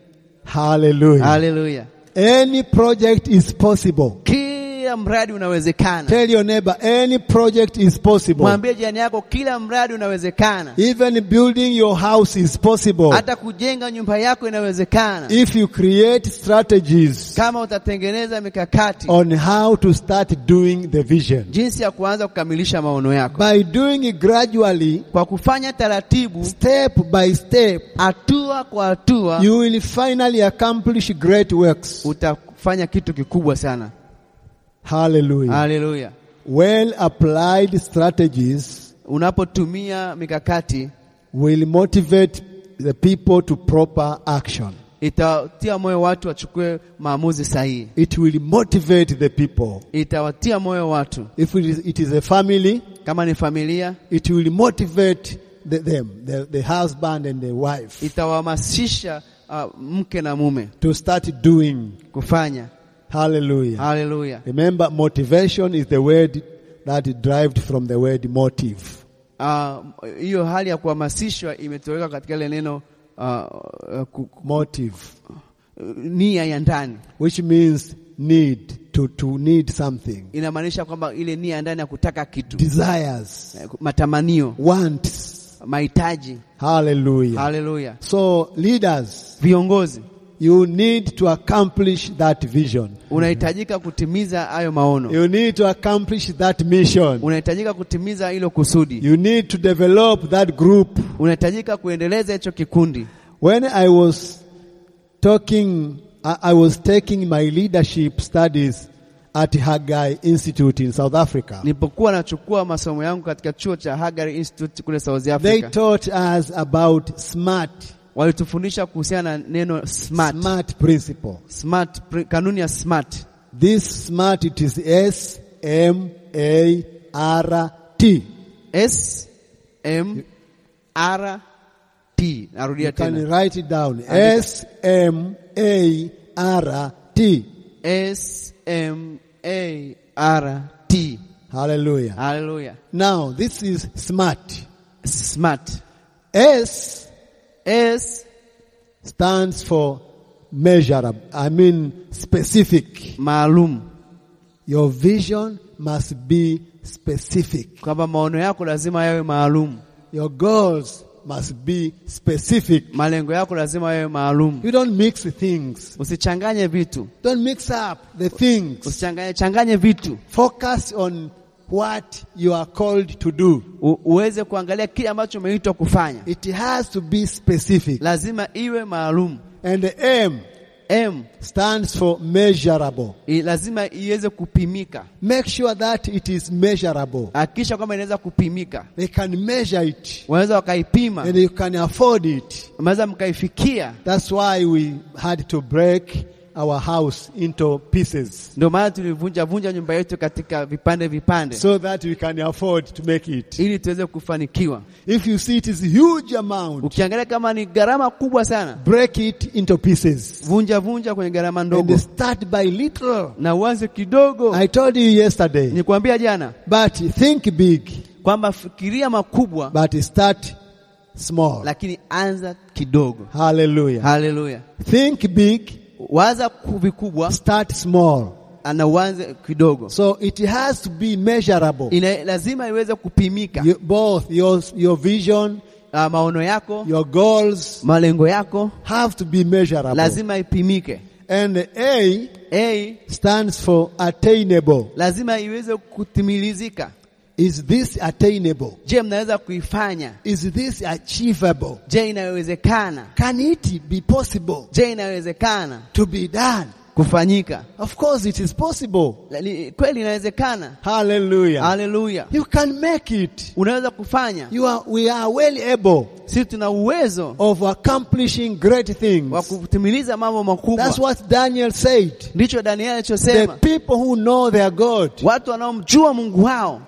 Speaker 1: Hallelujah.
Speaker 2: Haleluya!
Speaker 1: Any project is possible.
Speaker 2: Kila mradi unawezekana.
Speaker 1: Tell your neighbor, any project is possible.
Speaker 2: Mwambie jirani yako, kila mradi unawezekana.
Speaker 1: Even building your house is possible
Speaker 2: Hata kujenga nyumba yako inawezekana,
Speaker 1: if you create strategies
Speaker 2: kama utatengeneza mikakati
Speaker 1: on how to start doing the vision.
Speaker 2: jinsi ya kuanza kukamilisha maono yako
Speaker 1: By doing it gradually,
Speaker 2: kwa kufanya taratibu,
Speaker 1: step by step,
Speaker 2: hatua kwa hatua,
Speaker 1: you will finally accomplish great works.
Speaker 2: utafanya kitu kikubwa sana.
Speaker 1: Hallelujah.
Speaker 2: Haleluya!
Speaker 1: Well applied strategies
Speaker 2: Unapotumia mikakati
Speaker 1: will motivate the people to proper action.
Speaker 2: itawatia moyo watu wachukue maamuzi sahihi,
Speaker 1: It will motivate the people.
Speaker 2: itawatia moyo watu.
Speaker 1: If it is, it is a family,
Speaker 2: Kama ni familia,
Speaker 1: it will motivate the, them, the, the husband and the wife.
Speaker 2: itawahamasisha uh, mke na mume
Speaker 1: to start doing.
Speaker 2: kufanya.
Speaker 1: Hallelujah.
Speaker 2: Haleluya!
Speaker 1: Remember, motivation is the word that is derived from the word motive.
Speaker 2: Ah, Hiyo hali ya kuhamasishwa imetoweka katika ile neno ah, ah, ku- ku-
Speaker 1: Motive,
Speaker 2: nia ya ndani,
Speaker 1: which means need, to, to need something.
Speaker 2: inamaanisha kwamba ile nia ya ndani ya kutaka kitu,
Speaker 1: Desires,
Speaker 2: Eh, matamanio,
Speaker 1: wants.
Speaker 2: mahitaji.
Speaker 1: Hallelujah.
Speaker 2: Haleluya!
Speaker 1: So, leaders,
Speaker 2: Viongozi,
Speaker 1: you need to accomplish that vision.
Speaker 2: unahitajika kutimiza hayo maono,
Speaker 1: You need to accomplish that mission.
Speaker 2: unahitajika kutimiza hilo kusudi,
Speaker 1: You need to develop that group.
Speaker 2: unahitajika kuendeleza hicho kikundi.
Speaker 1: When I was talking, I, I was taking my leadership studies. at Hagai Institute in South Africa.
Speaker 2: Nilipokuwa nachukua masomo yangu katika chuo cha Hagar Institute kule South
Speaker 1: They
Speaker 2: Africa,
Speaker 1: taught us about smart,
Speaker 2: walitufundisha kuhusiana na neno smart, smart.
Speaker 1: smart principle.
Speaker 2: pri- kanuni ya smart.
Speaker 1: This smart it is S M A R T.
Speaker 2: S M R T. Narudia
Speaker 1: You can
Speaker 2: tena
Speaker 1: write it down. S M A R T.
Speaker 2: S M A R T.
Speaker 1: Hallelujah.
Speaker 2: Hallelujah.
Speaker 1: Now this is smart.
Speaker 2: Smart.
Speaker 1: S
Speaker 2: S
Speaker 1: stands for measurable. I mean specific.
Speaker 2: maalum
Speaker 1: Your vision must be specific.
Speaker 2: kwamba maono yako lazima yawe maalum,
Speaker 1: Your goals must be specific.
Speaker 2: malengo yako lazima yawe maalum.
Speaker 1: You don't mix things.
Speaker 2: Usichanganye vitu,
Speaker 1: Don't mix up the things.
Speaker 2: usichanganye changanye vitu
Speaker 1: Focus on what you are called to do.
Speaker 2: U, uweze kuangalia kile ambacho umeitwa kufanya,
Speaker 1: It has to be specific.
Speaker 2: lazima iwe maalum.
Speaker 1: And the M
Speaker 2: M
Speaker 1: stands for measurable.
Speaker 2: i, lazima iweze kupimika.
Speaker 1: Make sure that it is measurable.
Speaker 2: Hakikisha kwamba inaweza kupimika,
Speaker 1: They can measure it
Speaker 2: wanaweza wakaipima
Speaker 1: and you can afford it.
Speaker 2: mnaweza mkaifikia.
Speaker 1: That's why we had to break our house into pieces
Speaker 2: Ndio maana tulivunja vunja nyumba yetu katika vipande vipande,
Speaker 1: so that we can afford to make it.
Speaker 2: ili tuweze kufanikiwa.
Speaker 1: If you see it is huge amount,
Speaker 2: Ukiangalia kama ni gharama kubwa sana,
Speaker 1: break it into pieces
Speaker 2: vunja vunja kwenye gharama ndogo
Speaker 1: and start by little.
Speaker 2: na uanze kidogo.
Speaker 1: I told you yesterday,
Speaker 2: Nilikwambia jana
Speaker 1: but think big,
Speaker 2: kwamba fikiria makubwa,
Speaker 1: but start small.
Speaker 2: lakini anza kidogo.
Speaker 1: Hallelujah.
Speaker 2: Haleluya,
Speaker 1: Think big,
Speaker 2: waza ku- vikubwa
Speaker 1: start small.
Speaker 2: na uanze kidogo.
Speaker 1: So it has to be measurable.
Speaker 2: Ina, lazima iweze kupimika
Speaker 1: You, both your, your vision,
Speaker 2: uh, maono yako,
Speaker 1: your goals
Speaker 2: malengo yako
Speaker 1: have to be measurable.
Speaker 2: lazima ipimike.
Speaker 1: And A
Speaker 2: A
Speaker 1: stands for attainable.
Speaker 2: lazima iweze kutimilizika.
Speaker 1: Is this attainable?
Speaker 2: Je, mnaweza kuifanya?
Speaker 1: Is this achievable?
Speaker 2: Je, inawezekana?
Speaker 1: Can it be possible
Speaker 2: Je, inawezekana
Speaker 1: to be done?
Speaker 2: kufanyika?
Speaker 1: Of course, it is possible.
Speaker 2: La- li- Kweli inawezekana.
Speaker 1: Hallelujah.
Speaker 2: Haleluya,
Speaker 1: You can make it.
Speaker 2: unaweza kufanya.
Speaker 1: You are, we are well able
Speaker 2: Sisi tuna uwezo
Speaker 1: of accomplishing great
Speaker 2: wa
Speaker 1: things.
Speaker 2: kutimiliza mambo makubwa.
Speaker 1: That's what Daniel said.
Speaker 2: Ndicho Danieli
Speaker 1: The
Speaker 2: alichosema,
Speaker 1: people who know their God
Speaker 2: watu wanaomjua Mungu wao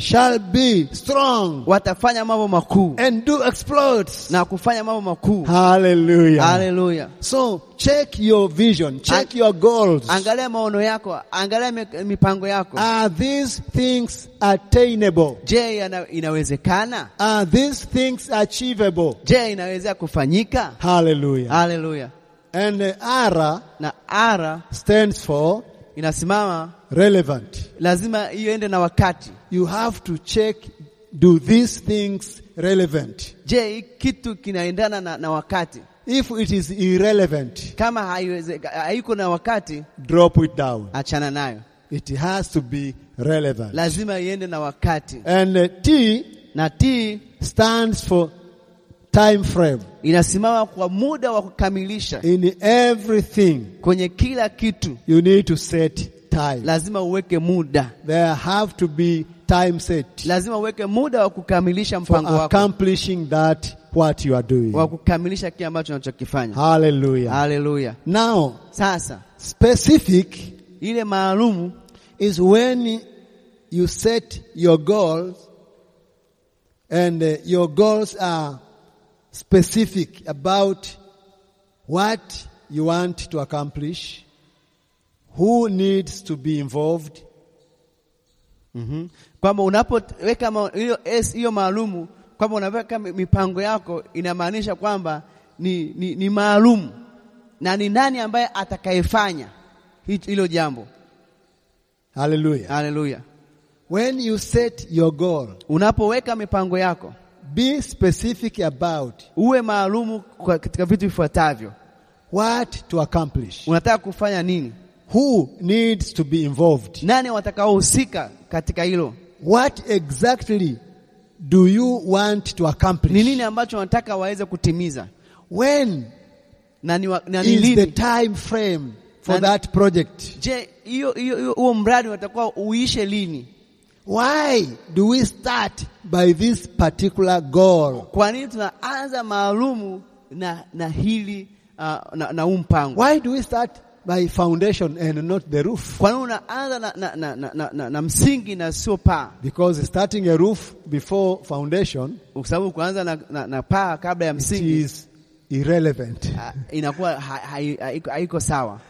Speaker 1: shall be strong
Speaker 2: watafanya mambo makuu
Speaker 1: and do exploits.
Speaker 2: na kufanya mambo makuu.
Speaker 1: Hallelujah.
Speaker 2: Haleluya!
Speaker 1: So check your vision, check your goals.
Speaker 2: Angalia maono yako, angalia mi- mipango yako.
Speaker 1: Are these things attainable?
Speaker 2: Je, yana- inawezekana?
Speaker 1: Are these things achievable?
Speaker 2: Je, inaweza kufanyika? Ah.
Speaker 1: Hallelujah.
Speaker 2: Haleluya!
Speaker 1: And uh, ARA
Speaker 2: Na ara
Speaker 1: stands for
Speaker 2: inasimama,
Speaker 1: relevant.
Speaker 2: lazima iende na wakati.
Speaker 1: You have to check do these things relevant?
Speaker 2: Je, hii kitu kinaendana na, na wakati?
Speaker 1: If it is irrelevant,
Speaker 2: Kama haiweze- haiko na wakati,
Speaker 1: drop it down.
Speaker 2: achana nayo.
Speaker 1: It has to be relevant.
Speaker 2: lazima iende na wakati.
Speaker 1: And uh, T
Speaker 2: Na T
Speaker 1: stands for time frame
Speaker 2: inasimama kwa muda wa kukamilisha.
Speaker 1: in everything.
Speaker 2: Kwenye kila kitu
Speaker 1: You need to set time.
Speaker 2: lazima uweke muda,
Speaker 1: There have to be time set
Speaker 2: lazima uweke muda wa kukamilisha
Speaker 1: for
Speaker 2: mpango wako,
Speaker 1: accomplishing that what you are doing.
Speaker 2: wa kukamilisha kile ambacho unachokifanya.
Speaker 1: Hallelujah.
Speaker 2: Haleluya!
Speaker 1: Now,
Speaker 2: Sasa
Speaker 1: specific
Speaker 2: ile maalumu
Speaker 1: is when you set your goals and uh, your goals are specific about what you want to accomplish, who needs to be involved,
Speaker 2: mm-hmm. kwamba unapoweka ma- hiyo S hiyo maalumu, kwamba unaweka mi- mipango yako, inamaanisha kwamba ni, ni, ni maalumu na ni nani ambaye atakayefanya hi- hilo jambo.
Speaker 1: hallelujah.
Speaker 2: Haleluya!
Speaker 1: When you set your goal,
Speaker 2: Unapoweka mipango yako
Speaker 1: be specific about
Speaker 2: uwe maalumu kwa- katika vitu vifuatavyo.
Speaker 1: what to accomplish,
Speaker 2: Unataka kufanya nini?
Speaker 1: who needs to be involved,
Speaker 2: Nani watakaohusika katika hilo?
Speaker 1: what exactly do you want to
Speaker 2: Ni nini
Speaker 1: accomplish,
Speaker 2: ambacho wanataka waweze kutimiza
Speaker 1: when
Speaker 2: na ni, wa, na ni
Speaker 1: is the
Speaker 2: lini?
Speaker 1: time frame for
Speaker 2: Nani-
Speaker 1: that project.
Speaker 2: Je, hiyo hiyo hiyo- huo mradi watakuwa uishe lini?
Speaker 1: Why do we start by this particular goal?
Speaker 2: Kwa nini tunaanza maalumu na na hili uh, na, na huu mpango?
Speaker 1: Why do we start by foundation and not the roof?
Speaker 2: Kwa nini unaanza na, na, na, na, na, na, na msingi na sio paa?
Speaker 1: Because starting a roof before foundation
Speaker 2: Kwa sababu kuanza na, na, na paa kabla ya
Speaker 1: it
Speaker 2: msingi
Speaker 1: is irrelevant.
Speaker 2: ah, inakuwa ha- hai- haiko haiko sawa.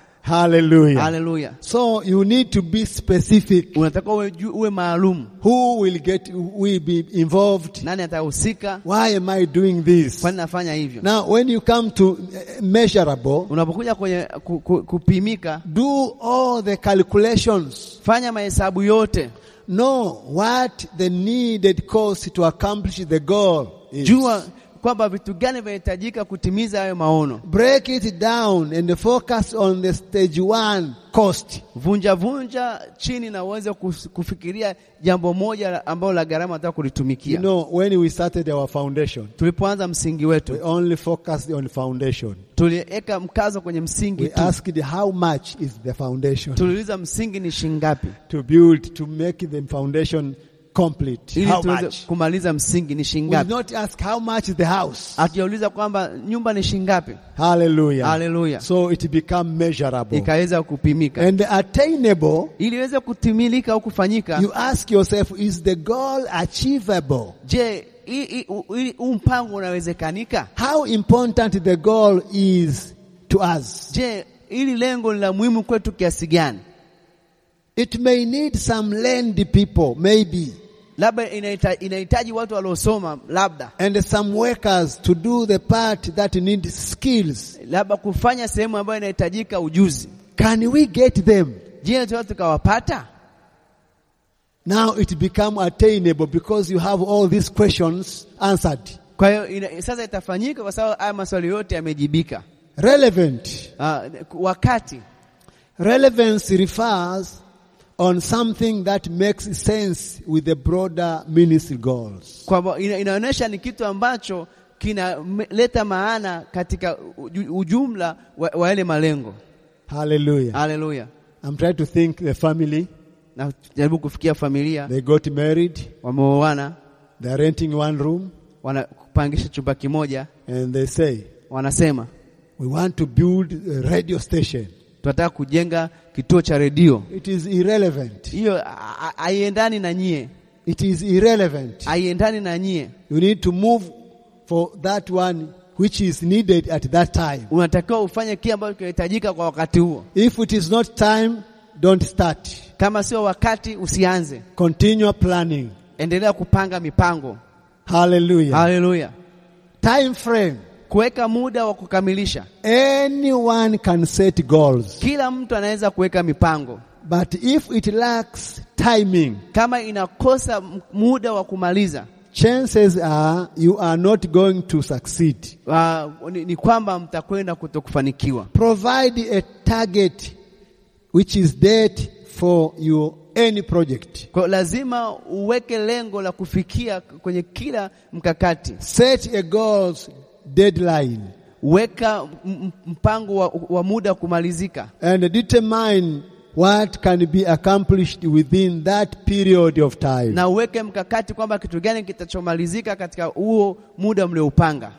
Speaker 1: Hallelujah.
Speaker 2: Haleluya!
Speaker 1: So you need to be specific.
Speaker 2: Unatakiwa uwe, ju- uwe maalumu.
Speaker 1: Who will get will be involved?
Speaker 2: Nani atahusika?
Speaker 1: Why am I doing this?
Speaker 2: Kwa nini nafanya hivyo?
Speaker 1: Now when you come to eh, measurable,
Speaker 2: Unapokuja kwenye ku, ku, kupimika,
Speaker 1: do all the calculations.
Speaker 2: fanya mahesabu yote,
Speaker 1: Know what the needed cost to accomplish the goal is.
Speaker 2: jua kwamba vitu gani vinahitajika kutimiza hayo maono.
Speaker 1: Break it down and focus on the stage one cost.
Speaker 2: Vunja vunja chini na uweze kuf- kufikiria jambo moja la- ambalo la gharama nataka
Speaker 1: You
Speaker 2: kulitumikia.
Speaker 1: know, when we started our foundation,
Speaker 2: Tulipoanza msingi
Speaker 1: we
Speaker 2: wetu,
Speaker 1: only focused on foundation.
Speaker 2: tuliweka mkazo kwenye msingi
Speaker 1: We
Speaker 2: tu.
Speaker 1: asked how much is the foundation
Speaker 2: Tuliuliza msingi ni shingapi,
Speaker 1: to build, to make the foundation complete.
Speaker 2: ili
Speaker 1: How
Speaker 2: tuweze
Speaker 1: much?
Speaker 2: kumaliza msingi ni
Speaker 1: We did
Speaker 2: shingapi.
Speaker 1: not ask how much is the house.
Speaker 2: Hatujauliza kwamba nyumba ni shingapi,
Speaker 1: Hallelujah.
Speaker 2: Hallelujah.
Speaker 1: So it become measurable.
Speaker 2: ikaweza kupimika
Speaker 1: And attainable
Speaker 2: ili iweze kutimilika au kufanyika.
Speaker 1: You ask yourself, is the goal achievable?
Speaker 2: Je, hii- hii- hii- huu mpango unawezekanika?
Speaker 1: How important the goal is to us.
Speaker 2: Je, hili lengo ni la muhimu kwetu kiasi gani?
Speaker 1: It may need some landy people, maybe,
Speaker 2: Labda inahita- inahitaji watu waliosoma, labda
Speaker 1: and some workers to do the part that needs skills.
Speaker 2: labda kufanya sehemu ambayo inahitajika ujuzi.
Speaker 1: Can we get them?
Speaker 2: Je, tunaweza tukawapata?
Speaker 1: Now it become attainable because you have all these questions answered.
Speaker 2: Kwa hiyo ina- sasa itafanyika kwa sababu haya maswali yote yamejibika.
Speaker 1: Relevant.
Speaker 2: Ah, wakati
Speaker 1: Relevance refers on something that makes sense with the broader ministry goals.
Speaker 2: kwamba ina, inaonyesha ni kitu ambacho kinaleta maana katika uju- ujumla wa, wa yale malengo.
Speaker 1: Hallelujah.
Speaker 2: Haleluya!
Speaker 1: I'm trying to think the family.
Speaker 2: Na jaribu kufikia familia
Speaker 1: They got married.
Speaker 2: wameoana,
Speaker 1: They're renting one room
Speaker 2: wanapangisha chumba kimoja,
Speaker 1: and they say,
Speaker 2: wanasema
Speaker 1: we want to build a radio station.
Speaker 2: tunataka kujenga kituo cha redio.
Speaker 1: It is irrelevant.
Speaker 2: Hiyo ha- ha- haiendani na nyie,
Speaker 1: It is irrelevant.
Speaker 2: haiendani na nyie.
Speaker 1: You need to move for that one which is needed at that time.
Speaker 2: Unatakiwa ufanye kile ambacho kinahitajika kwa wakati huo.
Speaker 1: If it is not time, don't start.
Speaker 2: Kama sio wakati, usianze.
Speaker 1: Continue planning.
Speaker 2: Endelea kupanga mipango.
Speaker 1: Hallelujah.
Speaker 2: Haleluya!
Speaker 1: time frame.
Speaker 2: Kuweka muda wa kukamilisha.
Speaker 1: Anyone can set goals.
Speaker 2: Kila mtu anaweza kuweka mipango,
Speaker 1: But if it lacks timing,
Speaker 2: kama inakosa m- muda wa kumaliza
Speaker 1: chances are you are not going to succeed.
Speaker 2: uh, ni, ni kwamba mtakwenda kutokufanikiwa.
Speaker 1: Provide a target which is date for your any project.
Speaker 2: Kwa hiyo lazima uweke lengo la kufikia kwenye kila mkakati.
Speaker 1: Set a goals deadline
Speaker 2: Weka m- m- mpango wa, wa muda kumalizika
Speaker 1: and determine what can be accomplished within that period of time.
Speaker 2: na uweke mkakati kwamba kitu gani kitachomalizika katika huo muda mlioupanga.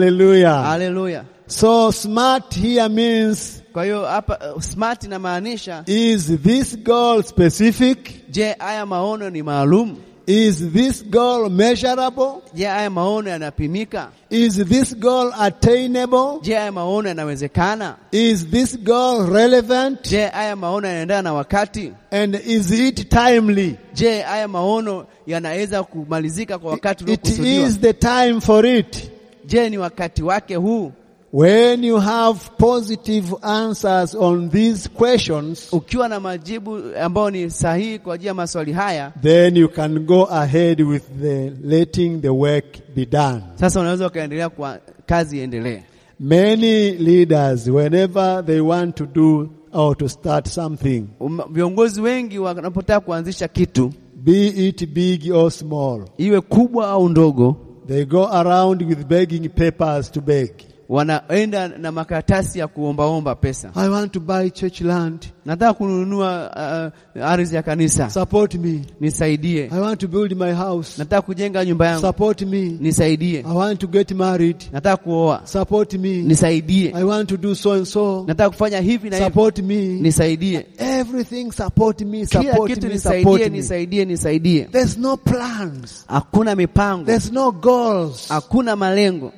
Speaker 1: Hallelujah.
Speaker 2: Haleluya!
Speaker 1: So smart here means
Speaker 2: Kwa hiyo hapa uh, smart inamaanisha
Speaker 1: is this goal specific?
Speaker 2: je, haya maono ni maalum?
Speaker 1: Is this goal measurable?
Speaker 2: Je, haya maono yanapimika?
Speaker 1: Is this goal attainable?
Speaker 2: Je, haya maono yanawezekana?
Speaker 1: Is this goal relevant?
Speaker 2: Je, haya maono yanaendana na wakati?
Speaker 1: And is it timely?
Speaker 2: Je, haya maono yanaweza kumalizika kwa wakati
Speaker 1: It
Speaker 2: uliokusudiwa?
Speaker 1: is the time for it.
Speaker 2: Je, ni wakati wake huu?
Speaker 1: When you have positive answers on these questions,
Speaker 2: Ukiwa na majibu ambayo ni sahihi kwa ajili ya maswali haya,
Speaker 1: then you can go ahead with the letting the work be done.
Speaker 2: sasa unaweza ukaendelea kwa kazi iendelee.
Speaker 1: Many leaders, whenever they want to do or to start something,
Speaker 2: Um, Viongozi wengi wanapotaka kuanzisha kitu,
Speaker 1: be it big or small,
Speaker 2: iwe kubwa au ndogo,
Speaker 1: they go around with begging papers to beg.
Speaker 2: wanaenda na makaratasi ya kuombaomba pesa.
Speaker 1: I want to buy church land.
Speaker 2: Nataka kununua uh, ardhi ya kanisa,
Speaker 1: Support me.
Speaker 2: nisaidie.
Speaker 1: I want to build my house.
Speaker 2: Nataka kujenga nyumba yangu,
Speaker 1: Support me.
Speaker 2: nisaidie.
Speaker 1: I want to get married.
Speaker 2: Nataka kuoa,
Speaker 1: Support me.
Speaker 2: nisaidie.
Speaker 1: I want to do so and so.
Speaker 2: Nataka kufanya hivi na hivi,
Speaker 1: Support me.
Speaker 2: nisaidie.
Speaker 1: Everything support me,
Speaker 2: Kila
Speaker 1: support
Speaker 2: kitu
Speaker 1: me, support
Speaker 2: nisaidie,
Speaker 1: me.
Speaker 2: nisaidie, nisaidie.
Speaker 1: There's no plans.
Speaker 2: Hakuna mipango,
Speaker 1: There's no goals.
Speaker 2: hakuna malengo.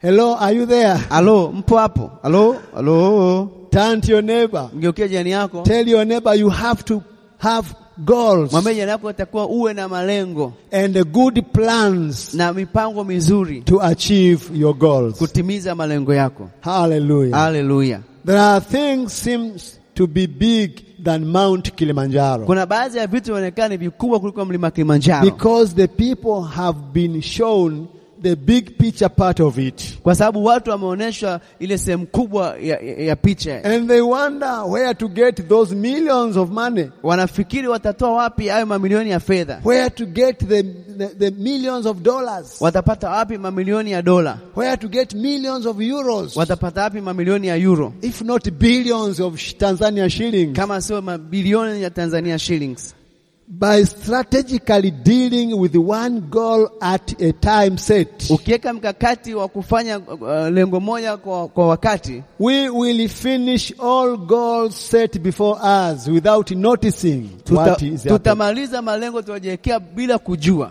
Speaker 1: Hello, are you there?
Speaker 2: Alo, mpo hapo? Alo, alo.
Speaker 1: Turn to your neighbor.
Speaker 2: Mgeukia jirani yako,
Speaker 1: Tell your neighbor you have to have goals
Speaker 2: mwambie jirani yako atakuwa uwe na malengo
Speaker 1: and good plans
Speaker 2: na mipango mizuri
Speaker 1: to achieve your goals.
Speaker 2: kutimiza malengo yako.
Speaker 1: Hallelujah.
Speaker 2: Haleluya.
Speaker 1: There are things seems to be big than Mount Kilimanjaro
Speaker 2: Kuna baadhi ya vitu vinaonekana ni vikubwa kuliko mlima Kilimanjaro
Speaker 1: because the people have been shown the big picture part of it.
Speaker 2: kwa sababu watu wameonyeshwa ile sehemu kubwa ya, ya, ya picha.
Speaker 1: And they wonder where to get those millions of money,
Speaker 2: Wanafikiri watatoa wapi hayo mamilioni ya fedha,
Speaker 1: where to get the, the, the millions of dollars,
Speaker 2: watapata wapi mamilioni ya dola,
Speaker 1: where to get millions of euros,
Speaker 2: watapata wapi mamilioni ya euro,
Speaker 1: if not billions of sh- Tanzania shillings,
Speaker 2: kama sio mabilioni ya Tanzania shillings,
Speaker 1: by strategically dealing with one goal at a time set.
Speaker 2: ukiweka mkakati wa kufanya uh, lengo moja kwa, kwa wakati
Speaker 1: We will finish all goals set before us without noticing
Speaker 2: tuta,
Speaker 1: what is happening.
Speaker 2: tutamaliza malengo tuliojiwekea bila kujua,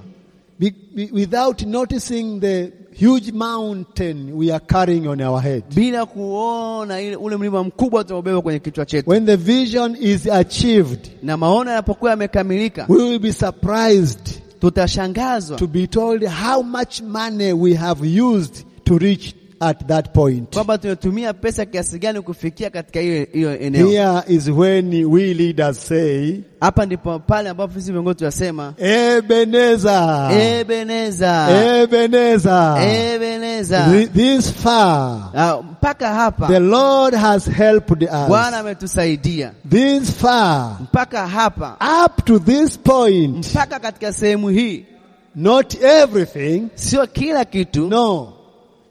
Speaker 1: Be- be- without noticing the huge mountain we are carrying on our head.
Speaker 2: bila kuona ile, ule mlima mkubwa tunaobeba kwenye kichwa chetu.
Speaker 1: When the vision is achieved,
Speaker 2: Na maono yanapokuwa yamekamilika,
Speaker 1: we will be surprised
Speaker 2: tutashangazwa
Speaker 1: to be told how much money we have used to reach at that point.
Speaker 2: kwamba tumetumia pesa kiasi gani kufikia katika hiyo hiyo eneo.
Speaker 1: Here is when we leaders say,
Speaker 2: Hapa ndipo pale ambapo sisi viongozi tunasema
Speaker 1: Ebenezer, Eh.
Speaker 2: Ebeneza,
Speaker 1: Ebenezer, Thi-
Speaker 2: Ebeneza,
Speaker 1: this far
Speaker 2: Ah, mpaka
Speaker 1: The
Speaker 2: hapa
Speaker 1: Lord has helped
Speaker 2: Bwana
Speaker 1: us
Speaker 2: ametusaidia
Speaker 1: this far,
Speaker 2: mpaka hapa
Speaker 1: up to this point.
Speaker 2: mpaka katika sehemu hii,
Speaker 1: Not everything,
Speaker 2: sio kila kitu
Speaker 1: no.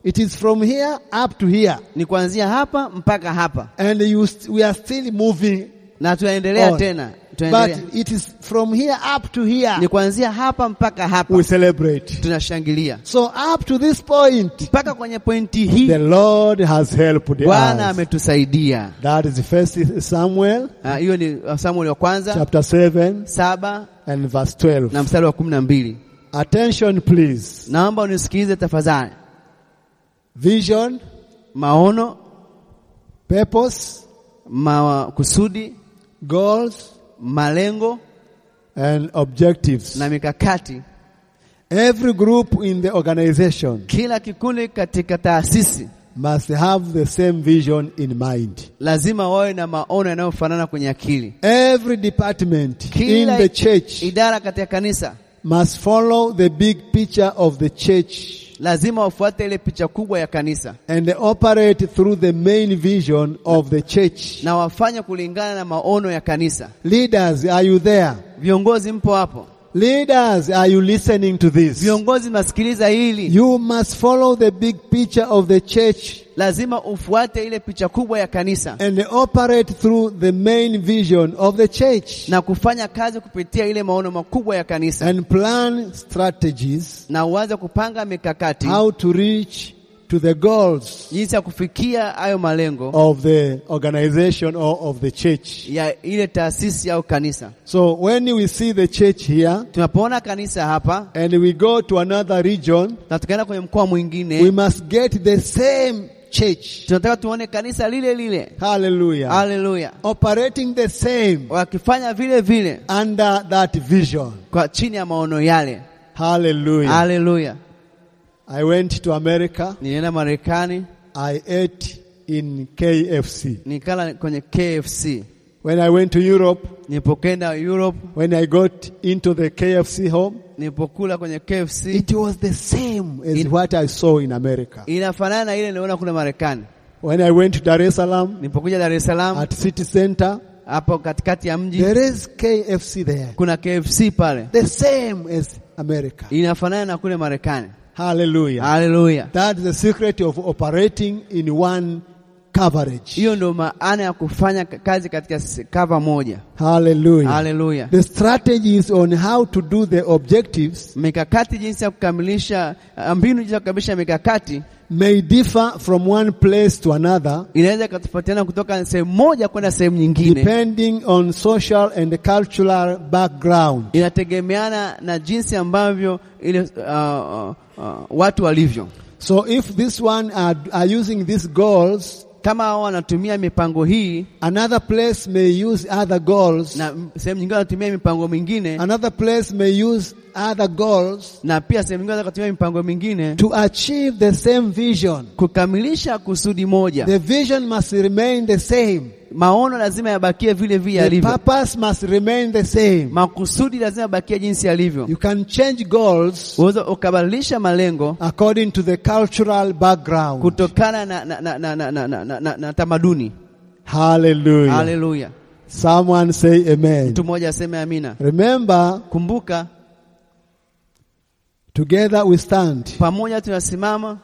Speaker 1: It is from here up to here,
Speaker 2: ni kuanzia hapa mpaka hapa,
Speaker 1: and you st- we are still moving.
Speaker 2: na tunaendelea
Speaker 1: On.
Speaker 2: tena,
Speaker 1: But
Speaker 2: tunaendelea
Speaker 1: it is from here up to here
Speaker 2: ni kuanzia hapa mpaka hapa
Speaker 1: we celebrate.
Speaker 2: tunashangilia
Speaker 1: So up to this point,
Speaker 2: mpaka kwenye pointi hii,
Speaker 1: the Lord has helped
Speaker 2: Bwana
Speaker 1: us.
Speaker 2: ametusaidia.
Speaker 1: That is First Samuel
Speaker 2: Ah, Hiyo ni Samueli wa kwanza
Speaker 1: chapter seven
Speaker 2: saba
Speaker 1: and verse
Speaker 2: na
Speaker 1: twelve.
Speaker 2: mstari wa kumi na mbili.
Speaker 1: Attention, please.
Speaker 2: Naomba unisikilize tafadhali.
Speaker 1: Vision,
Speaker 2: Maono,
Speaker 1: purpose,
Speaker 2: makusudi,
Speaker 1: goals,
Speaker 2: malengo
Speaker 1: and objectives.
Speaker 2: na mikakati,
Speaker 1: Every group in the organization
Speaker 2: kila kikundi katika taasisi
Speaker 1: must have the same vision in mind.
Speaker 2: lazima wawe na maono yanayofanana kwenye akili.
Speaker 1: Every department in
Speaker 2: Kila
Speaker 1: the church
Speaker 2: idara katika kanisa
Speaker 1: must follow the big picture of the church
Speaker 2: lazima wafuate ile picha kubwa ya kanisa
Speaker 1: and operate through the main vision of the church.
Speaker 2: na wafanye kulingana na maono ya kanisa.
Speaker 1: Leaders, are you there?
Speaker 2: Viongozi mpo hapo?
Speaker 1: Leaders, are you listening to this?
Speaker 2: Viongozi mnasikiliza hili?
Speaker 1: You must follow the big picture of the church
Speaker 2: Lazima ufuate ile picha kubwa ya kanisa
Speaker 1: and operate through the main vision of the church.
Speaker 2: na kufanya kazi kupitia ile maono makubwa ya kanisa
Speaker 1: and plan strategies
Speaker 2: na uanze kupanga mikakati
Speaker 1: how to reach to the goals
Speaker 2: jinsi ya kufikia hayo malengo
Speaker 1: of the organization or of the church.
Speaker 2: ya ile taasisi au kanisa.
Speaker 1: So when we see the church here
Speaker 2: Tunapoona kanisa hapa
Speaker 1: and we go to another region,
Speaker 2: na tukaenda kwenye mkoa
Speaker 1: we
Speaker 2: mwingine,
Speaker 1: must get the same church.
Speaker 2: tunataka tuone kanisa lile lile,
Speaker 1: Hallelujah.
Speaker 2: haleluya,
Speaker 1: Operating the same
Speaker 2: wakifanya vile vile
Speaker 1: under that vision.
Speaker 2: kwa chini ya maono yale.
Speaker 1: Hallelujah.
Speaker 2: Haleluya.
Speaker 1: I went to America.
Speaker 2: Nilienda Marekani
Speaker 1: I ate in KFC.
Speaker 2: nikala kwenye KFC.
Speaker 1: When I went to Europe,
Speaker 2: Nilipokenda Europe
Speaker 1: when I got into the KFC home,
Speaker 2: nilipokula kwenye KFC
Speaker 1: It was the same as
Speaker 2: It-
Speaker 1: what I saw in America.
Speaker 2: inafanana na ile niliona kule Marekani.
Speaker 1: when I went to Dar es Salaam
Speaker 2: Nilipokuja Dar es Salaam
Speaker 1: at City Center,
Speaker 2: hapo katikati ya mji
Speaker 1: there is KFC there.
Speaker 2: kuna KFC pale
Speaker 1: The same as America.
Speaker 2: inafanana na kule Marekani.
Speaker 1: Hallelujah.
Speaker 2: haleluya
Speaker 1: That's the secret of operating in one coverage.
Speaker 2: hiyo ndio maana ya kufanya ka- kazi katika s- cover moja
Speaker 1: Hallelujah.
Speaker 2: haleluya
Speaker 1: The strategy is on how to do the objectives
Speaker 2: mikakati jinsi ya kukamilisha ah, mbinu jinsi ya kukamilisha mikakati
Speaker 1: may differ from one place to another
Speaker 2: inaweza ikatofautiana kutoka sehemu moja kwenda sehemu nyingine
Speaker 1: depending on social and cultural background.
Speaker 2: inategemeana na jinsi ambavyo ile ah, ah, ah, watu walivyo
Speaker 1: So if this one are, are using these goals,
Speaker 2: kama hao wanatumia mipango hii
Speaker 1: another place may use other goals.
Speaker 2: na m- sehemu nyingine wanatumia mipango mingine
Speaker 1: Another place may use other goals
Speaker 2: na pia sehemu nyingine wanaweza kutumia mipango mingine
Speaker 1: to achieve the same vision.
Speaker 2: kukamilisha kusudi moja.
Speaker 1: The vision must remain the same.
Speaker 2: Maono lazima yabakie vile vile
Speaker 1: The
Speaker 2: yalivyo,
Speaker 1: purpose must remain the same.
Speaker 2: makusudi lazima yabakie jinsi yalivyo.
Speaker 1: You can change goals
Speaker 2: Uweza ukabadilisha malengo
Speaker 1: according to the cultural background.
Speaker 2: kutokana na, na, na, na, na, na, na, na, na, na tamaduni.
Speaker 1: Hallelujah.
Speaker 2: Haleluya!
Speaker 1: Someone say amen.
Speaker 2: Mtu mmoja aseme amina.
Speaker 1: Remember,
Speaker 2: Kumbuka,
Speaker 1: together we stand,
Speaker 2: pamoja tunasimama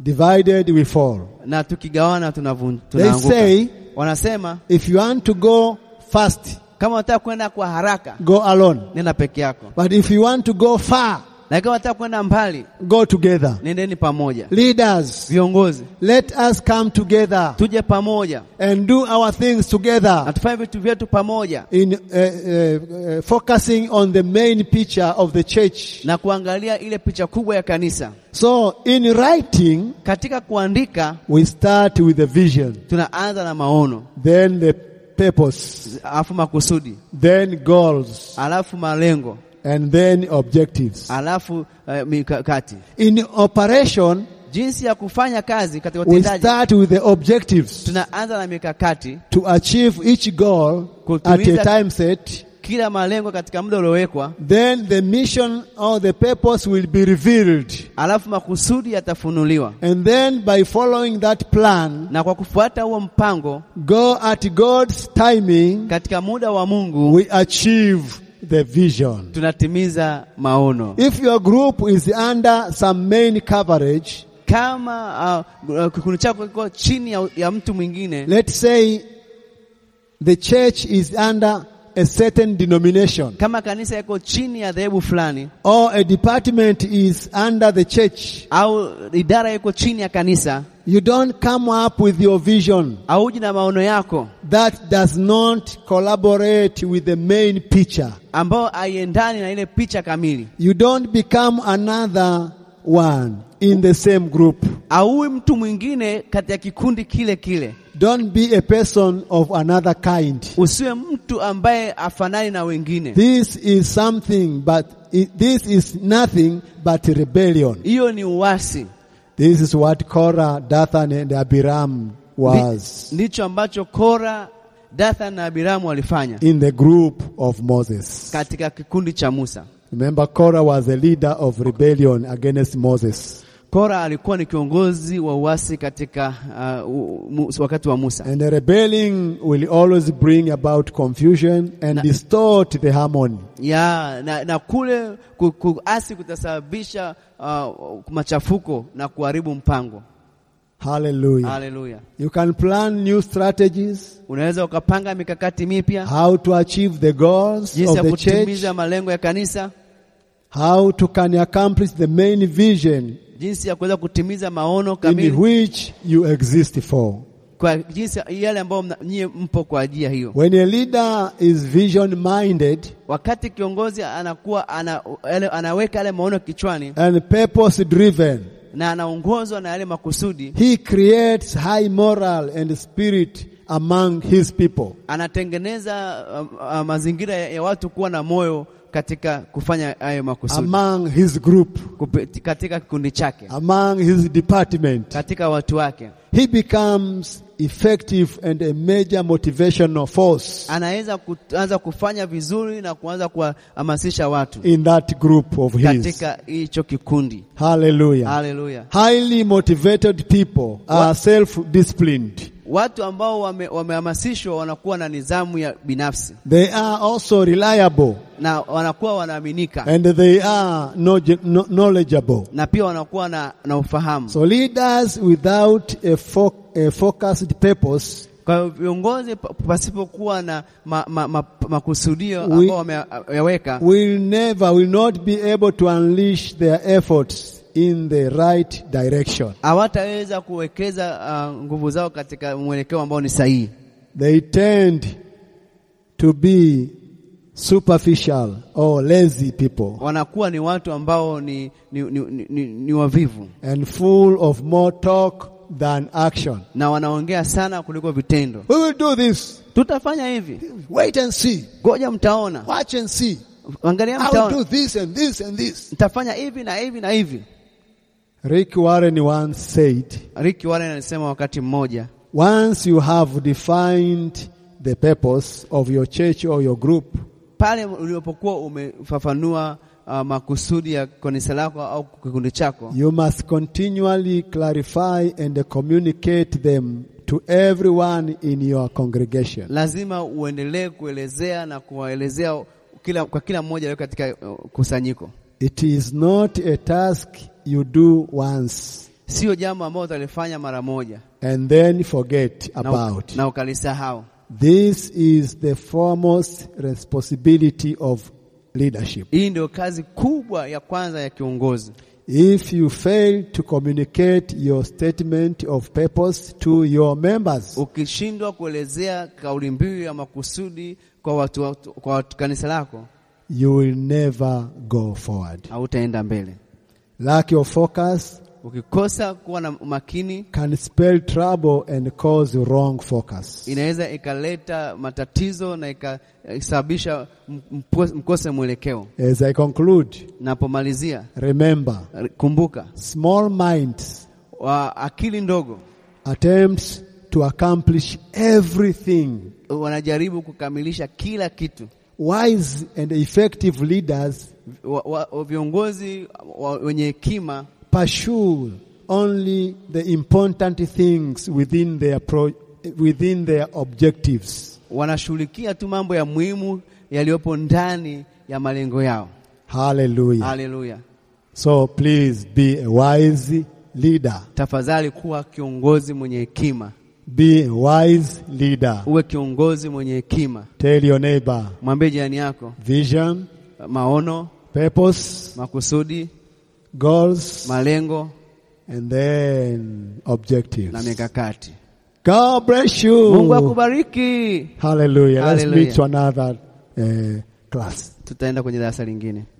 Speaker 1: divided we fall.
Speaker 2: na tukigawana tunavun-
Speaker 1: They say,
Speaker 2: tunaanguka. Wanasema
Speaker 1: if you want to go fast,
Speaker 2: kama unataka kwenda kwa haraka
Speaker 1: go alone.
Speaker 2: nenda peke yako,
Speaker 1: But if you want to go far,
Speaker 2: na kama unataka kwenda mbali
Speaker 1: go together.
Speaker 2: nendeni pamoja.
Speaker 1: Leaders,
Speaker 2: Viongozi,
Speaker 1: let us come together
Speaker 2: tuje pamoja
Speaker 1: and do our things
Speaker 2: na
Speaker 1: together
Speaker 2: tufanye vitu vyetu pamoja
Speaker 1: in uh, uh, uh, focusing on the main picture of the church.
Speaker 2: na kuangalia ile picha kubwa ya kanisa.
Speaker 1: So, in writing,
Speaker 2: Katika kuandika
Speaker 1: we start with the vision,
Speaker 2: tunaanza na maono,
Speaker 1: then the purpose,
Speaker 2: alafu makusudi,
Speaker 1: then goals,
Speaker 2: alafu malengo,
Speaker 1: and then objectives.
Speaker 2: alafu eh, mikakati.
Speaker 1: In operation,
Speaker 2: Jinsi ya kufanya kazi katika
Speaker 1: we
Speaker 2: utendaji,
Speaker 1: start with the objectives
Speaker 2: tunaanza na mikakati,
Speaker 1: to achieve each goal at a
Speaker 2: Kutimiza-
Speaker 1: time set.
Speaker 2: kila malengo katika muda uliowekwa,
Speaker 1: Then the mission or the purpose will be revealed.
Speaker 2: alafu makusudi yatafunuliwa,
Speaker 1: And then by following that plan,
Speaker 2: na kwa kufuata huo mpango
Speaker 1: go at God's timing,
Speaker 2: katika muda wa Mungu
Speaker 1: we achieve the vision.
Speaker 2: tunatimiza maono.
Speaker 1: If your group is under some main coverage,
Speaker 2: Kama uh, kikundi chako kiko chini ya, ya mtu mwingine
Speaker 1: let's say the church is under a certain denomination
Speaker 2: kama kanisa yako chini ya dhehebu fulani
Speaker 1: or a department is under the church,
Speaker 2: au idara iko chini ya kanisa,
Speaker 1: you don't come up with your vision
Speaker 2: auji na maono yako
Speaker 1: that does not collaborate with the main picture.
Speaker 2: ambayo haiendani na ile picha kamili,
Speaker 1: You don't become another one in the same group.
Speaker 2: auwi mtu mwingine katika kikundi kile kile,
Speaker 1: Don't be a person of another kind.
Speaker 2: usiwe mtu ambaye afanani na wengine.
Speaker 1: This is something, but it, this is nothing but rebellion.
Speaker 2: Hiyo ni uasi,
Speaker 1: This is what Korah, Dathan, and Abiram was
Speaker 2: ndicho ambacho Kora, Dathan na Abiramu walifanya
Speaker 1: in the group of Moses.
Speaker 2: katika kikundi cha Musa.
Speaker 1: Remember, Korah was a leader of rebellion against Moses,
Speaker 2: Kora alikuwa ni kiongozi wa uasi katika uh, u- mu- wakati wa Musa.
Speaker 1: and the rebelling will always bring about confusion and
Speaker 2: Na-
Speaker 1: distort the harmony.
Speaker 2: ya na, na kule ku- kuasi kutasababisha uh, machafuko na kuharibu mpango.
Speaker 1: Hallelujah.
Speaker 2: Haleluya!
Speaker 1: You can plan new strategies.
Speaker 2: Unaweza ukapanga mikakati mipya
Speaker 1: how to achieve the goals
Speaker 2: jinsi
Speaker 1: of
Speaker 2: ya
Speaker 1: the church,
Speaker 2: kutimiza malengo ya kanisa,
Speaker 1: how to can accomplish the main vision
Speaker 2: jinsi ya kuweza kutimiza maono
Speaker 1: in
Speaker 2: kamili
Speaker 1: which you exist for.
Speaker 2: kwa jinsi ya- yale ambayo mna- nyie mpo kwa ajili ya hiyo.
Speaker 1: When a leader is vision minded
Speaker 2: Wakati kiongozi anakuwa ana, yale- anaweka yale maono kichwani
Speaker 1: and purpose driven,
Speaker 2: na anaongozwa na yale makusudi,
Speaker 1: he creates high moral and spirit among his people.
Speaker 2: anatengeneza uh, uh, mazingira ya, ya watu kuwa na moyo katika kufanya hayo makusudi.
Speaker 1: Among his group,
Speaker 2: Kupi- katika kikundi chake,
Speaker 1: among his department,
Speaker 2: katika watu wake,
Speaker 1: he becomes effective and a major motivational force
Speaker 2: anaweza kuanza kufanya vizuri na kuanza kuwahamasisha watu
Speaker 1: in that group of his.
Speaker 2: katika hicho kikundi.
Speaker 1: Hallelujah.
Speaker 2: Haleluya!
Speaker 1: Highly motivated people are self disciplined.
Speaker 2: watu ambao wame- wamehamasishwa wanakuwa na nidhamu ya binafsi
Speaker 1: They are also reliable
Speaker 2: na wanakuwa wanaaminika
Speaker 1: and they are knowledge- kno- knowledgeable.
Speaker 2: na pia wanakuwa na, na ufahamu.
Speaker 1: So leaders without a, fo- a focused purpose
Speaker 2: Kwa hiyo viongozi pa- pasipokuwa na ma, ma, ma, makusudio
Speaker 1: We-
Speaker 2: ambao wameyaweka
Speaker 1: will never, will not be able to unleash their efforts in the right direction.
Speaker 2: hawataweza kuwekeza uh, nguvu zao katika mwelekeo ambao ni sahihi.
Speaker 1: They tend to be superficial or lazy people
Speaker 2: Wanakuwa ni watu ambao ni, ni, ni, ni, ni, ni wavivu
Speaker 1: and full of more talk than action.
Speaker 2: na wanaongea sana kuliko vitendo.
Speaker 1: We will do this.
Speaker 2: Tutafanya hivi,
Speaker 1: Wait and see.
Speaker 2: ngoja mtaona,
Speaker 1: Watch and see.
Speaker 2: angalia
Speaker 1: I will do
Speaker 2: mtaona,
Speaker 1: this and this and this.
Speaker 2: mtafanya hivi na hivi na hivi.
Speaker 1: Rick Warren once said,
Speaker 2: Ricky Warren alisema wakati mmoja,
Speaker 1: once you have defined the purpose of your church or your group,
Speaker 2: pale ulipokuwa umefafanua uh, makusudi ya kanisa lako au kikundi chako,
Speaker 1: you must continually clarify and communicate them to everyone in your congregation.
Speaker 2: lazima uendelee kuelezea na kuwaelezea kila, kwa kila mmoja aliye katika uh, kusanyiko.
Speaker 1: It is not a task you do once
Speaker 2: Sio jambo ambalo utalifanya mara moja
Speaker 1: and then forget
Speaker 2: na,
Speaker 1: about.
Speaker 2: na ukalisahau.
Speaker 1: This is the foremost responsibility of leadership.
Speaker 2: Hii ndio kazi kubwa ya kwanza ya kiongozi.
Speaker 1: If you fail to communicate your statement of purpose to your members,
Speaker 2: Ukishindwa kuelezea kauli mbiu ya makusudi kwa watu, watu, kwa watu kanisa lako
Speaker 1: you will never go forward.
Speaker 2: hautaenda mbele.
Speaker 1: Lack of focus
Speaker 2: Ukikosa kuwa na umakini
Speaker 1: can spell trouble and cause wrong focus.
Speaker 2: inaweza ikaleta matatizo na ikasababisha m- mpo- mkose mwelekeo.
Speaker 1: As I conclude,
Speaker 2: Napomalizia,
Speaker 1: remember,
Speaker 2: kumbuka
Speaker 1: small minds
Speaker 2: wa akili ndogo
Speaker 1: attempts to accomplish everything.
Speaker 2: wanajaribu kukamilisha kila kitu.
Speaker 1: Wise and effective leaders
Speaker 2: Wa, wa, wa viongozi wa, wenye hekima
Speaker 1: pursue only the important things within their pro- within their objectives.
Speaker 2: wanashughulikia tu mambo ya muhimu yaliyopo ndani ya malengo yao.
Speaker 1: Hallelujah.
Speaker 2: Haleluya!
Speaker 1: So please be a wise leader.
Speaker 2: Tafadhali kuwa kiongozi mwenye hekima,
Speaker 1: Be a wise leader.
Speaker 2: uwe kiongozi mwenye hekima.
Speaker 1: Tell your neighbor
Speaker 2: Mwambie jirani yako
Speaker 1: vision,
Speaker 2: maono,
Speaker 1: purpose,
Speaker 2: makusudi,
Speaker 1: goals,
Speaker 2: malengo
Speaker 1: and then
Speaker 2: na
Speaker 1: objectives.
Speaker 2: mikakati.
Speaker 1: God bless
Speaker 2: Mungu
Speaker 1: you.
Speaker 2: akubariki.
Speaker 1: Hallelujah. Let's
Speaker 2: Hallelujah.
Speaker 1: meet to another uh, class.
Speaker 2: Tutaenda kwenye darasa lingine.